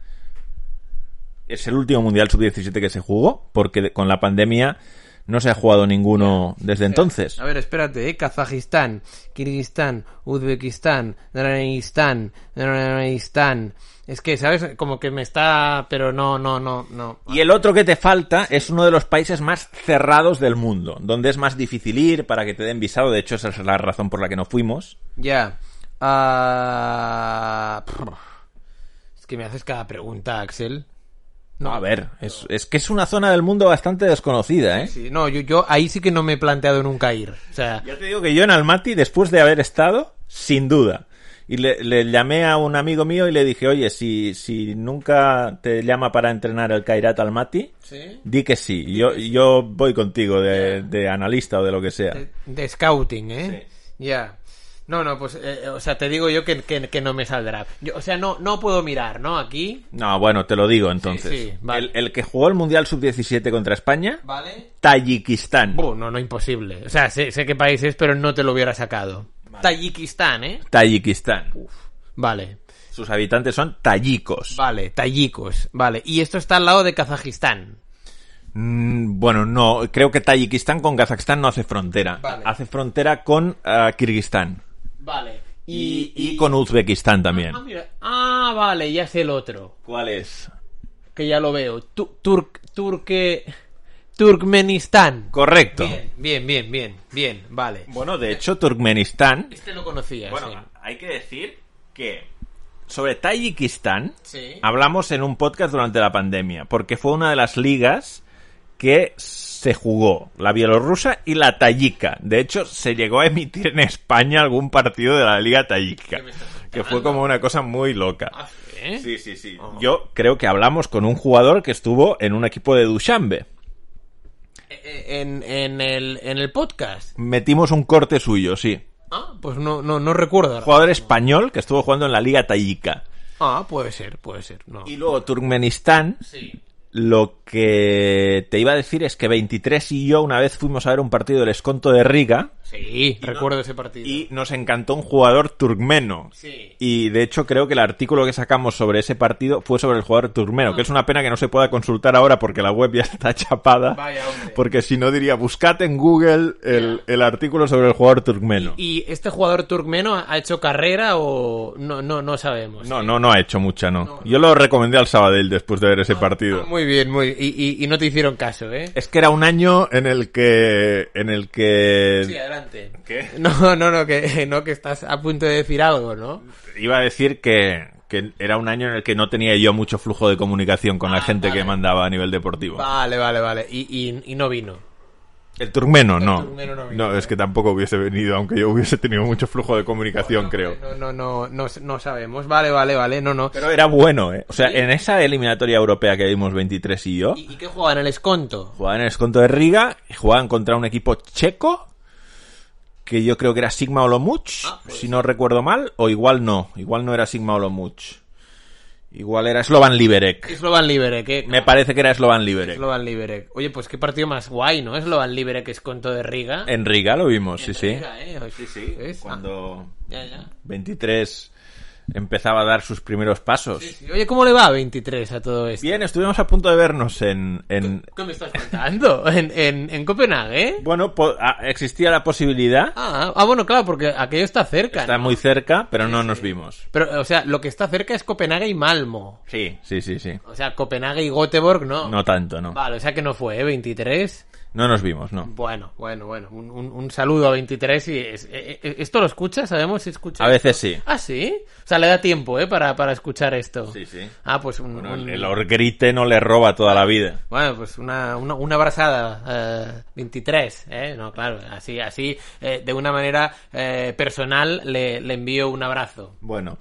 Es el último Mundial Sub-17 que se jugó, porque de- con la pandemia no se ha jugado ninguno desde entonces.
A ver, espérate, ¿eh? Kazajistán, Kirguistán, Uzbekistán, Dranistán, Dranistán. Es que, ¿sabes? Como que me está... Pero no, no, no, no.
Y el otro que te falta es uno de los países más cerrados del mundo, donde es más difícil ir para que te den visado, de hecho esa es la razón por la que no fuimos.
Ya. Ah, prr. Es que me haces cada pregunta, Axel.
No, a ver, es, es que es una zona del mundo bastante desconocida, ¿eh?
Sí, no, yo, yo ahí sí que no me he planteado nunca ir. O sea,
Ya te digo que yo en Almaty, después de haber estado, sin duda. Y le, le llamé a un amigo mío y le dije, oye, si, si nunca te llama para entrenar el Kairat al Mati,
Sí.
di que sí. Yo, yo voy contigo de, de analista o de lo que sea.
De, de scouting, ¿eh? Ya. No, no, pues, eh, o sea, te digo yo que, que- que no me saldrá. Yo, o sea, no, no puedo mirar, ¿no? Aquí.
No, bueno, te lo digo entonces.
sí, vale.
el, el que jugó el Mundial Sub-17 contra España,
¿Vale?
Tayikistán.
no, no, imposible. O sea, sé, sé qué país es, pero no te lo hubiera sacado. Tayikistán, ¿eh?
Tayikistán.
Vale.
Sus habitantes son tayikos.
Vale, tayikos. Vale. Y esto está al lado de Kazajistán.
Mm, Bueno, no, creo que Tayikistán con Kazajstán no hace frontera.
Vale.
Hace frontera con ah, Kirguistán
Vale.
y, y con Uzbekistán también.
Ah, mira. Ah, vale, ya sé el otro.
¿Cuál es?
Que ya lo veo. Tu- Turk, turque. Turkmenistán.
Correcto.
Bien, bien, bien, bien, bien, vale.
Bueno, de hecho, Turkmenistán.
Este lo conocía,
Bueno, hay que decir que sobre Tayikistán
sí. Ah, Sí.
hablamos en un podcast durante la pandemia, porque fue una de las ligas que se jugó, la bielorrusa y la tayika. De hecho, se llegó a emitir en España algún partido de la liga tayika,
¿Qué me estás contando?
que fue como una cosa muy loca.
Ah, sí, ¿eh?
Sí, sí, sí. Yo creo que hablamos con un jugador que estuvo en un equipo de Dushanbe.
Eh, En, en el, en el podcast.
Metimos un corte suyo, sí.
Ah, pues no, no, no recuerdo. ahora.
Jugador español que estuvo jugando en la liga tayika.
Ah, puede ser, puede ser. No.
Y luego Turkmenistán,
Sí.
Lo que te iba a decir es que 23 y yo una vez fuimos a ver un partido del Esconto de Riga
Sí, recuerdo ese partido.
y nos encantó un jugador turkmeno.
Sí.
Y de hecho creo que el artículo que sacamos sobre ese partido fue sobre el jugador turkmeno, que es una pena que no se pueda consultar ahora porque la web ya está chapada.
Vaya, hombre.
Porque si no diría, buscad en Google el, el artículo sobre el jugador turkmeno.
¿Y este jugador turcmeno ha hecho carrera o no, no, no sabemos?
No, no, no ha hecho mucha, no. Yo lo recomendé al Sabadell después de ver ese partido.
Ah, Muy bien, muy y, y, y no te hicieron caso, ¿eh?
Es que era un año en el que... En el que...
Sí, eh. adelante.
¿Qué?
No, no, no, que, no, que estás a punto de decir algo, ¿no?
Iba a decir que, que era un año en el que no tenía yo mucho flujo de comunicación con la gente
Ah, vale.
que mandaba a nivel deportivo.
Vale, vale, vale. Y, y, y no vino.
El turmeno, no.
turmeno no vino,
no, es que tampoco hubiese venido, aunque yo hubiese tenido mucho flujo de comunicación,
No,
creo.
No, no, no, no, no sabemos. Vale, vale, vale, no, no.
Pero era bueno, ¿eh? O sea, en esa eliminatoria europea que vimos 23 y yo,
¿Y, y qué jugaba en el esconto?
jugaban en el Esconto de Riga y jugaban contra un equipo checo que yo creo que era Sigma Olomuch,
Ah, pues.
si no recuerdo mal, o igual no, igual no era Sigma Olomuch. Igual era Slovan Liberec.
Slovan Liberec, ¿eh?
Me parece que era Slovan Liberec.
Slovan Liberec. Oye, pues qué partido más guay, ¿no? Slovan Liberec esconto de Riga.
En Riga lo vimos, Eh, sí, sí.
Riga, ¿eh?
Sí, sí.
¿Ves?
Cuando
Ah, ya, ya.
23 empezaba a dar sus primeros pasos.
Sí, Oye, ¿cómo le va a 23 a todo esto?
Bien, estuvimos a punto de vernos en... en-
¿Qué me estás contando? ¿En, en, en Copenhague? ¿eh?
Bueno, po- a- existía la posibilidad,
Ah, ah, bueno, claro, porque aquello está cerca.
está
¿no?
muy cerca, pero no nos vimos.
Pero, o sea, lo que está cerca es Copenhague y Malmo.
Sí, sí, sí, sí.
O sea, Copenhague y Göteborg no.
No tanto, no.
Vale, o sea que no fue, ¿eh? 23.
No nos vimos, no.
Bueno, bueno, bueno. Un, un- un saludo a 23 y... es- eh, eh, ¿Esto lo escucha? ¿Sabemos si escucha?
A veces sí.
Ah, sí. O sea, le da tiempo, ¿eh? Para, para escuchar esto.
Sí, sí.
Ah, pues un...
Bueno, el,
un-
el orgrite no le roba toda la vida.
Bueno, pues una, una, una abrazada, eh, 23, ¿eh? No, claro, así, así, eh, de una manera eh, personal le, le envío un abrazo.
Bueno,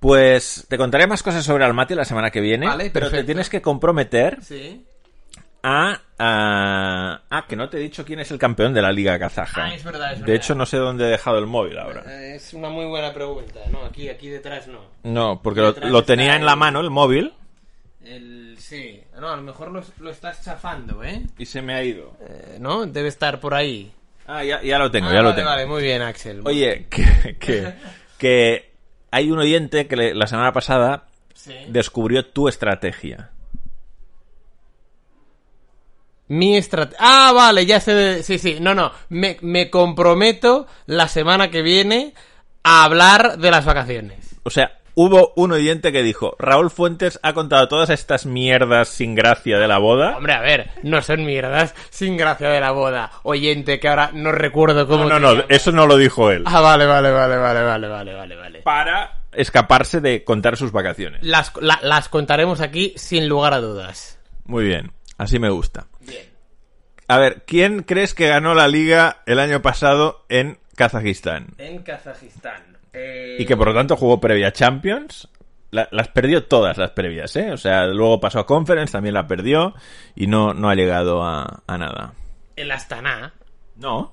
pues te contaré más cosas sobre Almaty la semana que viene,
Vale,
pero te
perfecto.
tienes que comprometer
Sí.
a, a- ah, que no te he dicho quién es el campeón de la Liga Kazaja.
Ah, es verdad, es
de
verdad. Eh,
hecho, no sé dónde he dejado el móvil ahora.
Es una muy buena pregunta, ¿no? Aquí, aquí detrás no.
No, porque lo,
Detrás
lo
está
tenía en
el-
la mano el móvil
El, sí. No, a lo mejor lo, lo estás chafando, ¿eh?
y se me ha ido.
¿No? Debe estar por ahí.
Ah, ya, ya lo tengo,
Ah,
ya lo
vale,
tengo.
Vale, muy bien, Axel.
Oye, que, que, que hay un oyente que le- la semana pasada
Sí.
descubrió tu estrategia.
Mi estrategia. Ah, vale, ya sé. de- Sí, sí, no, no. Me, me comprometo la semana que viene a hablar de las vacaciones.
O sea, hubo un oyente que dijo, Raúl Fuentes ha contado todas estas mierdas sin gracia de la boda.
Hombre, a ver, no son mierdas sin gracia de la boda. Oyente, que ahora no recuerdo cómo.
No, no,
te
no, eh,
llamas.
eso no lo dijo él.
Ah, vale, vale, vale, vale, vale, vale, vale, vale.
Para escaparse de contar sus vacaciones.
Las, la- las contaremos aquí sin lugar a dudas.
Muy bien, así me gusta. A ver, ¿quién crees que ganó la liga el año pasado en Kazajistán?
En Kazajistán. eh,
Y que por lo tanto jugó previa Champions. La- las perdió todas las previas, ¿eh? O sea, luego pasó a Conference, también la perdió y no, no ha llegado a, a nada.
El Astana.
No.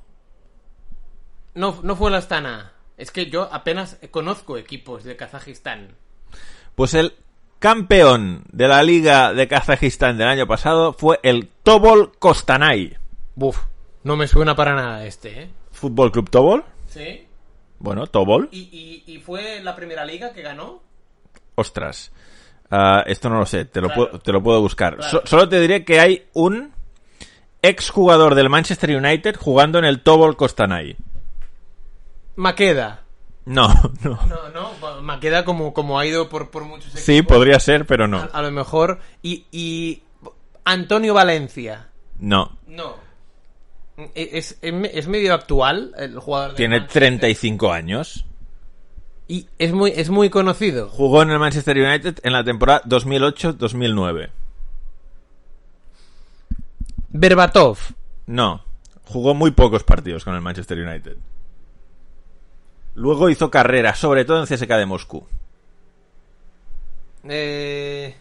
No, no fue el Astana. Es que yo apenas conozco equipos de Kazajistán.
Pues el campeón de la Liga de Kazajistán del año pasado fue el Tobol Kostanay.
Buf, no me suena para nada este, ¿eh?
Fútbol Club Tobol.
Sí.
Bueno, Tobol.
¿Y, y, y fue la primera liga que ganó?
Ostras. Ah, esto no lo sé, te lo,
Claro.
puedo, te lo puedo buscar.
Claro.
So- solo te diré que hay un exjugador del Manchester United jugando en el Tobol Kostanay.
Maqueda.
No, no.
No, no, Maqueda como, como ha ido por, por muchos equipos.
Sí, podría ser, pero no.
A, a lo mejor. Y, y Antonio Valencia.
No.
No. ¿Es, es, es medio actual el jugador de
Tiene
Manchester?
35 años.
Y es muy, es muy conocido.
Jugó en el Manchester United en la temporada 2008-2009.
Berbatov.
No. Jugó muy pocos partidos con el Manchester United. Luego hizo carrera, sobre todo en CSK de Moscú.
Eh...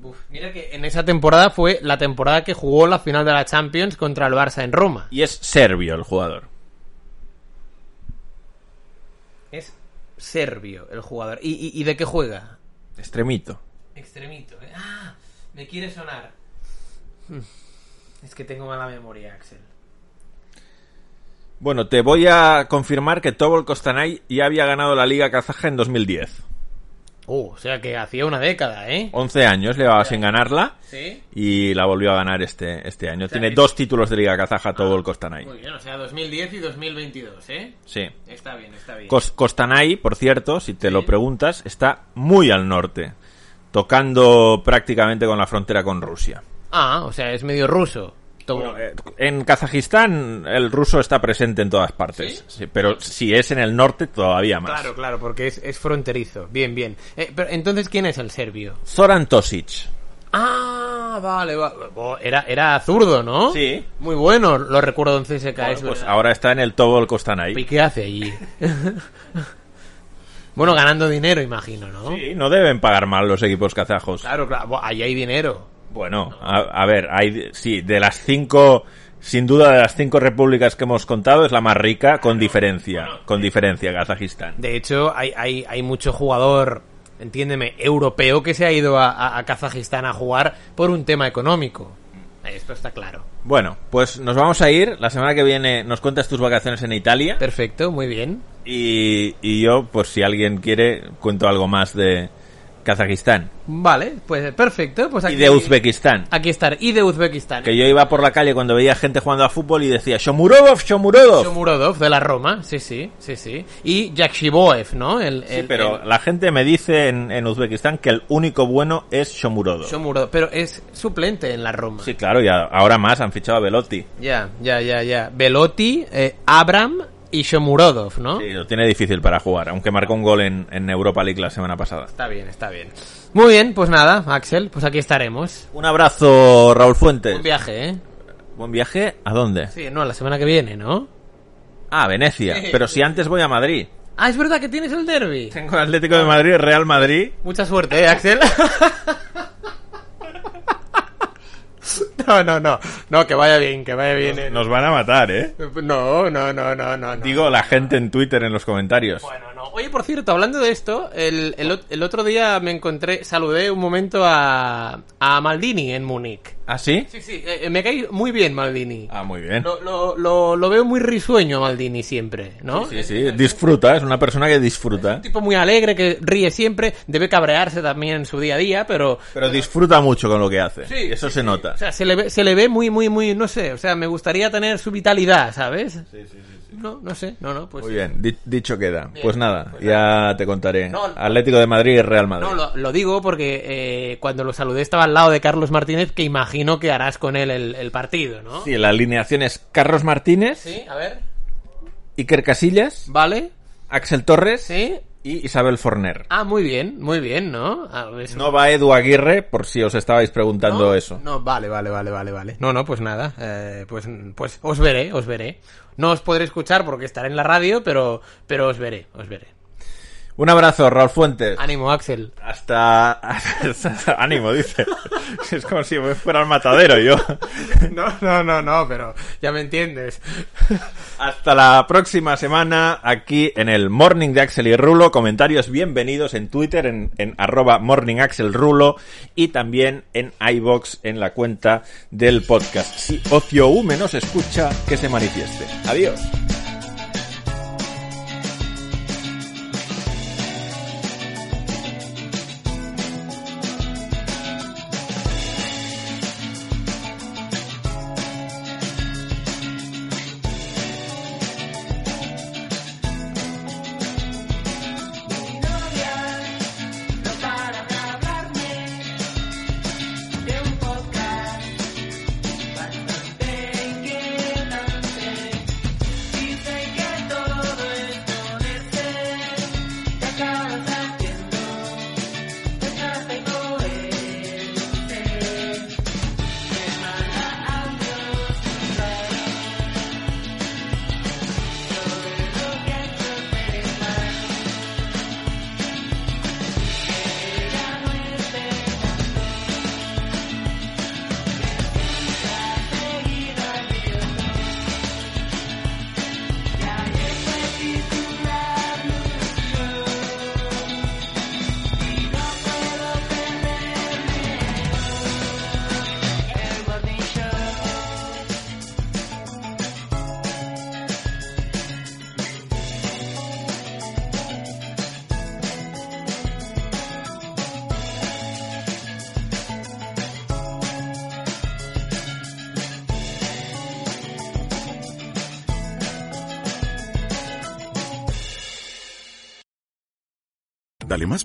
Uf, mira que en esa temporada fue la temporada que jugó la final de la Champions contra el Barça en Roma.
Y es serbio el jugador.
Es serbio el jugador. ¿Y, y- y de qué juega?
Extremito.
Extremito. ¿eh? Ah, me quiere sonar. Hmm. Es que tengo mala memoria, Axel.
Bueno, te voy a confirmar que Tobol Kostanay ya había ganado la Liga Kazaja en 2010.
Uh, o sea que hacía una década, ¿eh?
11 años llevaba sin ganarla
Sí.
y la volvió a ganar este, este año.
sea,
Tiene
es-
dos títulos de Liga Kazaja Tobol Kostanay.
Ah, Muy bien, o sea, 2010 y 2022, ¿eh?
Sí.
Está bien, está bien.
Cos- Costanay, por cierto, si te
Sí.
lo preguntas, está muy al norte, tocando prácticamente con la frontera con Rusia.
Ah, o sea, es medio ruso. Toma.
Bueno, eh, en Kazajistán el ruso está presente en todas partes, Sí, pero si es en el norte todavía más.
Claro, claro, porque es, es fronterizo. Bien, bien. Eh, pero entonces, ¿quién es el serbio?
Zoran Tosic.
Ah, vale, va- oh, Era, era zurdo, ¿no?
Sí.
Muy bueno, lo recuerdo en CSK. es
Bueno, pues
verdad.
ahora está en el Tobol Kostanay.
¿Y qué hace allí? bueno, ganando dinero, imagino, ¿no?
Sí, no deben pagar mal los equipos kazajos.
Claro, claro. Buah, Allí hay dinero.
Bueno, a, a ver, hay, sí, de las cinco, sin duda de las cinco repúblicas que hemos contado es la más rica, con diferencia, con diferencia, Kazajistán.
De hecho, hay, hay, hay mucho jugador, entiéndeme, europeo que se ha ido a, a- a Kazajistán a jugar por un tema económico. Esto está claro.
Bueno, pues nos vamos a ir. La semana que viene nos cuentas tus vacaciones en Italia.
Perfecto, muy bien.
Y, y yo, pues si alguien quiere, cuento algo más de Kazajistán
Vale, pues perfecto. Pues aquí,
y de Uzbekistán.
Aquí estar. Y de Uzbekistán.
Que yo iba por la calle cuando veía gente jugando a fútbol y decía, Shomurodov, Shomurodov.
Shomurodov de la Roma, sí, sí, sí, sí. Y Yakshiboev, ¿no? El,
Sí,
el-
pero
el-
la gente me dice en, en Uzbekistán que el único bueno es Shomurodov.
Shomurodov, pero es suplente en la Roma.
Sí, claro, y a- ahora más han fichado a Velotti.
Ya, ya, ya, ya. Velotti, eh, Abram y Shomurodov, ¿no?
Sí, lo tiene difícil para jugar, aunque marcó un gol en, en Europa League la semana pasada.
Está bien, está bien. Muy bien, pues nada, Axel, pues aquí estaremos.
Un abrazo, Raúl Fuentes.
Un viaje, ¿eh?
Buen viaje. ¿A dónde?
Sí, no, la semana que viene, ¿no?
Ah, Venecia.
Sí.
Pero si antes voy a Madrid.
Ah, es verdad que tienes el derby.
Tengo Atlético de Madrid, Real Madrid.
Mucha suerte, ¿eh, Axel? no, no, no. No, que vaya bien, que vaya bien. eh.
Nos van a matar, ¿eh?
No, no, no, no, no. no.
Digo la gente en Twitter en los comentarios.
Bueno, no. Oye, por cierto, hablando de esto, el, el ot- el otro día me encontré, saludé un momento a, a Maldini en Múnich.
¿Ah, sí?
Sí, sí, eh, me cae muy bien Maldini.
Ah, muy bien.
Lo, lo- lo- lo veo muy risueño Maldini siempre, ¿no?
Sí, sí, disfruta, es una persona que disfruta.
Un tipo muy alegre, que ríe siempre, debe cabrearse también en su día a día, pero...
Pero disfruta mucho con lo que hace.
Sí,
Eso se nota.
O sea, se le, ve, se le ve muy, muy, muy, no sé, o sea, me gustaría tener su vitalidad, ¿sabes? No, no sé, no, no, pues...
Muy bien, di- dicho queda.
Bien,
Pues nada,
pues
ya te contaré.
No, no.
Atlético de Madrid, Real Madrid.
No, lo, lo digo porque eh, cuando lo saludé estaba al lado de Carlos Martínez, que imagino que harás con él el, el partido, ¿no?
Sí, la alineación es Carlos Martínez,
Sí, a ver.
Iker Casillas,
Vale,
Axel Torres,
sí.
y Isabel Forner.
Ah, muy bien, muy bien, ¿no? A ver,
No va Edu Aguirre, por si os estabais preguntando
¿No?
eso.
No, vale, vale, vale, vale, vale. No, no, pues nada. eh, pues, pues os veré, os veré. No os podré escuchar porque estaré en la radio, pero, pero os veré, os veré.
Un abrazo, Raúl Fuentes.
Ánimo, Axel.
Hasta... hasta- Ánimo, dice. Es como si me fuera al matadero yo.
No, no, no, no, pero ya me entiendes.
Hasta la próxima semana aquí en el Morning de Axel y Rulo. Comentarios bienvenidos en Twitter en, en arroba Morning Axel Rulo y también en iBox en la cuenta del podcast. Si Ocio Hume nos escucha, que se manifieste. Adiós.
Dale más